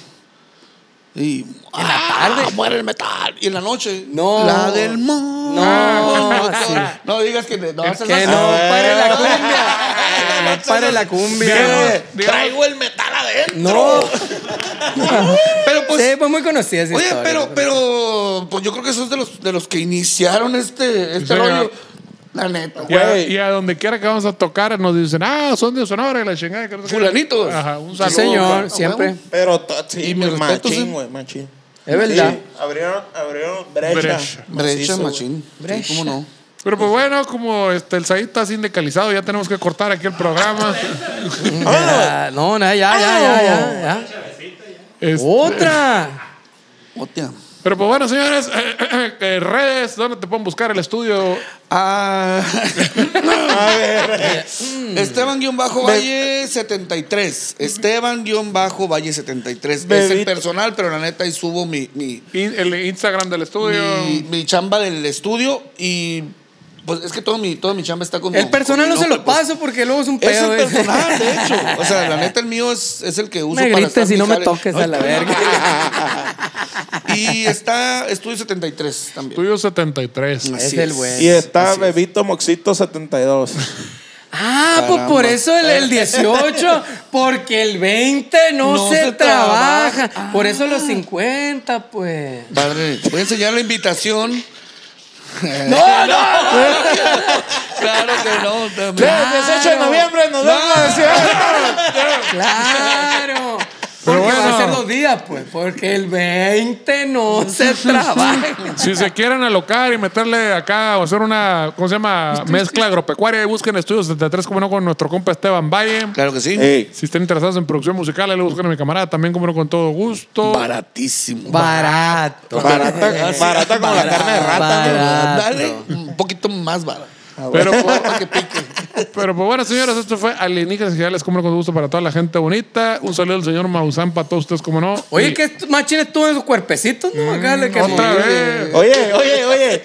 D: Y. ¿En
C: la tarde?
D: Muere el metal. Y en la noche.
C: No.
D: La del mundo.
C: No,
D: No,
C: sí.
D: no digas que. No, esas
C: Que
D: las-
C: no
B: Ah.
C: pare la cumbia. No pare la cumbia.
E: Bien.
D: Eh, Traigo el metal adentro.
C: No.
D: Pero pues.
C: sí, fue muy conocida esa
D: Oye,
C: historia.
D: pero, pero, pues yo creo que sos de los, de los que iniciaron este, este
E: señor.
D: rollo. La neta.
E: Y a,
B: Güey.
E: y a donde quiera que vamos a tocar nos dicen, ah, son de Sonora y la chingada. que no sé qué".
D: Fulanitos.
E: Ajá, un
C: Sí,
E: saludo.
C: señor,
D: Ah,
C: siempre.
D: huevo.
B: Pero to- sí,
D: Y mis respetos, sí.
B: machín, güey, machín.
C: Es verdad.
B: Sí, abrieron, abrieron brecha.
E: Brecha.
D: Brecha,
B: Macizo, güey.
D: machín. Sí, ¿Cómo no?
E: Pero pues bueno, como este, el Said está sindicalizado, ya tenemos que cortar aquí el programa.
C: Mira, No, nada, ya, ya,
D: Ah.
C: ya, ya, ya.
E: Este,
C: Otra.
D: Hostia.
E: Pero pues bueno, señores, [coughs] eh, redes, ¿dónde te pueden buscar el estudio?
D: Ah,
B: A ver,
D: [laughs] Esteban-Valle 73. Esteban-Valle 73. Es el
B: Bebito.
D: personal, pero la neta ahí subo mi, mi,
E: in- el Instagram del estudio.
D: mi, mi chamba del estudio y pues es que todo mi, toda mi chamba está con mi-
C: El personal no
D: con mi
C: se lo
D: nombre, pues.
C: paso porque luego es un
D: Es
C: pedo.
D: el
C: ¿eh?
D: personal, de hecho. [laughs] O sea, la neta, el mío es, es el que uso
C: Me
D: para
C: grites
D: estar
C: y [laughs] no me
D: mijales.
C: toques a la verga.
D: Y está Estudio 73 también.
E: Estudio 73.
D: Así
C: Es el bueno.
B: y está Bebito Moxito
C: [laughs]
B: 72.
C: Ah, pues por
D: Caramba.
C: eso el, el 18, porque el 20 no,
D: No
C: se,
D: se
C: trabaja.
D: trabaja. Ah.
C: Por eso los 50, pues.
D: Padre, voy a enseñar la invitación.
C: [laughs] No, no,
D: [laughs] Claro que no. también.
C: Claro.
B: 18 de noviembre nos vemos.
C: claro. Porque
E: [laughs] Pero
C: va a
E: bueno.
C: ser dos días. día, pues, porque el 20
E: [laughs]
C: no se trabaja.
E: Si se quieren alocar y meterle acá o hacer una, ¿cómo se llama? Mezcla agropecuaria y busquen estudios 73, como no, con nuestro compa Esteban Valle.
D: Claro que sí.
B: Ey,
E: Si están interesados en producción musical, ahí lo buscan a mi camarada también, como no, con todo gusto.
D: Baratísimo.
C: Barato.
B: barata, barata como la carne de rata. güey.
C: barato.
D: Dale un poquito más barato.
B: Ah,
E: Pero,
D: Para que pique.
E: pero pues bueno, señoras, esto fue Alienígenas Geniales, como no, con gusto para toda la gente bonita. Un saludo al señor Maussan para todos ustedes, como no.
C: Oye,
E: Y
C: que est- machín estuvo en sus cuerpecitos, ¿no? Acá le que
E: Otra
C: movió.
E: vez.
B: Oye, oye, oye.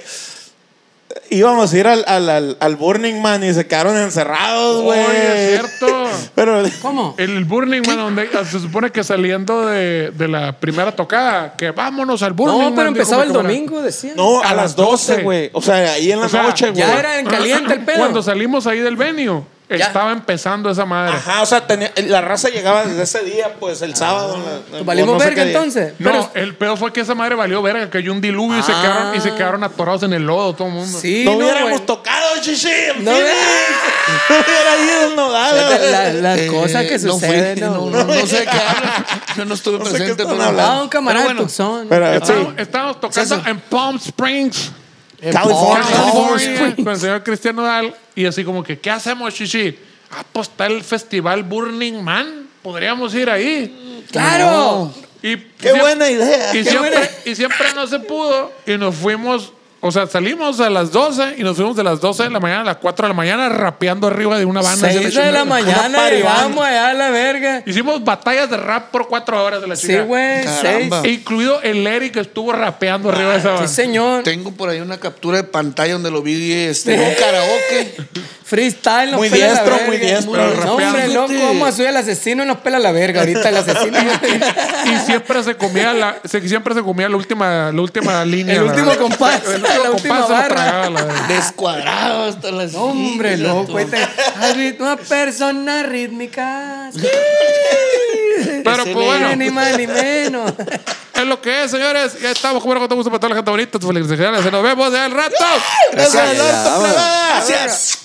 B: Íbamos a ir al, al, al, al Burning Man y se quedaron encerrados, güey.
E: Oye, es cierto.
B: Pero
C: ¿Cómo?
E: El Burning Man, donde ah, se supone que saliendo de, de la primera tocada, que vámonos al Burning Man.
C: No, pero
E: dijo
C: empezaba
E: mi
C: el
E: camarada.
C: domingo, decían.
B: no, a,
E: A
B: las
E: las
B: 12,
E: 12,
B: güey. O sea, ahí en la
E: O sea,
B: noche, güey.
C: Ya era en caliente el pedo.
E: Cuando salimos ahí del venio,
C: Ya.
E: estaba empezando esa madre.
B: Ajá, o sea, tenía- la raza llegaba desde ese día, pues el sábado. la- la-
C: Valimos
B: no sé
C: verga
B: qué día.
C: entonces.
E: No,
C: Pero-
E: el pedo fue que esa madre valió verga, cayó un diluvio y se
C: Ah.
E: quedaron y se quedaron atorados en el lodo todo el mundo.
C: sí,
B: No,
C: no,
B: hubiéramos
C: güey.
B: tocado, chichi.
C: No,
B: No
C: güey.
B: hubiera ido el nodal.
C: La-
B: güey.
C: la- Las cosas que
D: Eh, no fui,
C: suceden.
D: No,
C: No,
D: no, no sé de qué hablan. Yo no estuve
B: No sé qué
D: presente.
B: están
D: pero-
B: hablando.
C: Ah, un camarada
D: Pero
C: de
D: bueno,
C: Tucson.
B: Pero, sí.
C: Ah,
E: Estábamos, estábamos tocando
D: Eso.
E: en Palm Springs,
B: California.
E: California,
C: Springs.
E: con el señor Cristian Nodal y así como que, ¿qué hacemos, chichi? Ah, pues está el festival Burning Man. Podríamos ir ahí.
C: ¡Claro!
E: Y
B: Qué buena idea.
E: Y
B: Qué
E: siempre,
C: buena-
E: y siempre no se pudo. Y nos fuimos, o sea, salimos a las 12 y nos fuimos de las 12 de la mañana a las 4 de la mañana rapeando arriba de una banda.
C: Seis de la mañana
B: party
C: llegamos allá a la verga.
E: Hicimos batallas de rap por 4 horas de la
C: Sí,
E: chica.
C: güey, seis.
D: Caramba.
E: E incluido el Eric que estuvo rapeando arriba de esa
C: Ah, Sí,
E: banda.
C: señor.
D: Tengo por ahí una captura de pantalla donde lo vi este, en un
C: [laughs]
D: karaoke.
C: Freestyle nos
B: Muy
C: pela la
B: diestro,
C: verga.
B: muy diestro.
C: No, hombre,
D: rapeando.
C: loco, vamos a subir al asesino y nos pela la verga. Ahorita el asesino.
E: [laughs] Y siempre se comía la, se- siempre se comía la última, la última línea.
C: [laughs] El
E: la
C: último
E: verdad.
C: compás,
E: El
C: [laughs] la
E: último
C: última
E: compás se
C: barra.
E: lo tragaba, la verdad.
D: Descuadrado hasta las.
C: [laughs] No, hombre,
D: hijas,
C: loco.
D: tú.
C: ahí te- Al ritmo a persona rítmica. Sí.
E: Pero, pues, bueno.
C: Ni más ni menos.
E: Es lo que es, señores. Ya estamos como no, con todo gusto para toda la gente bonita. Felicidades. Nos vemos ya al rato.
B: Gracias. Gracias.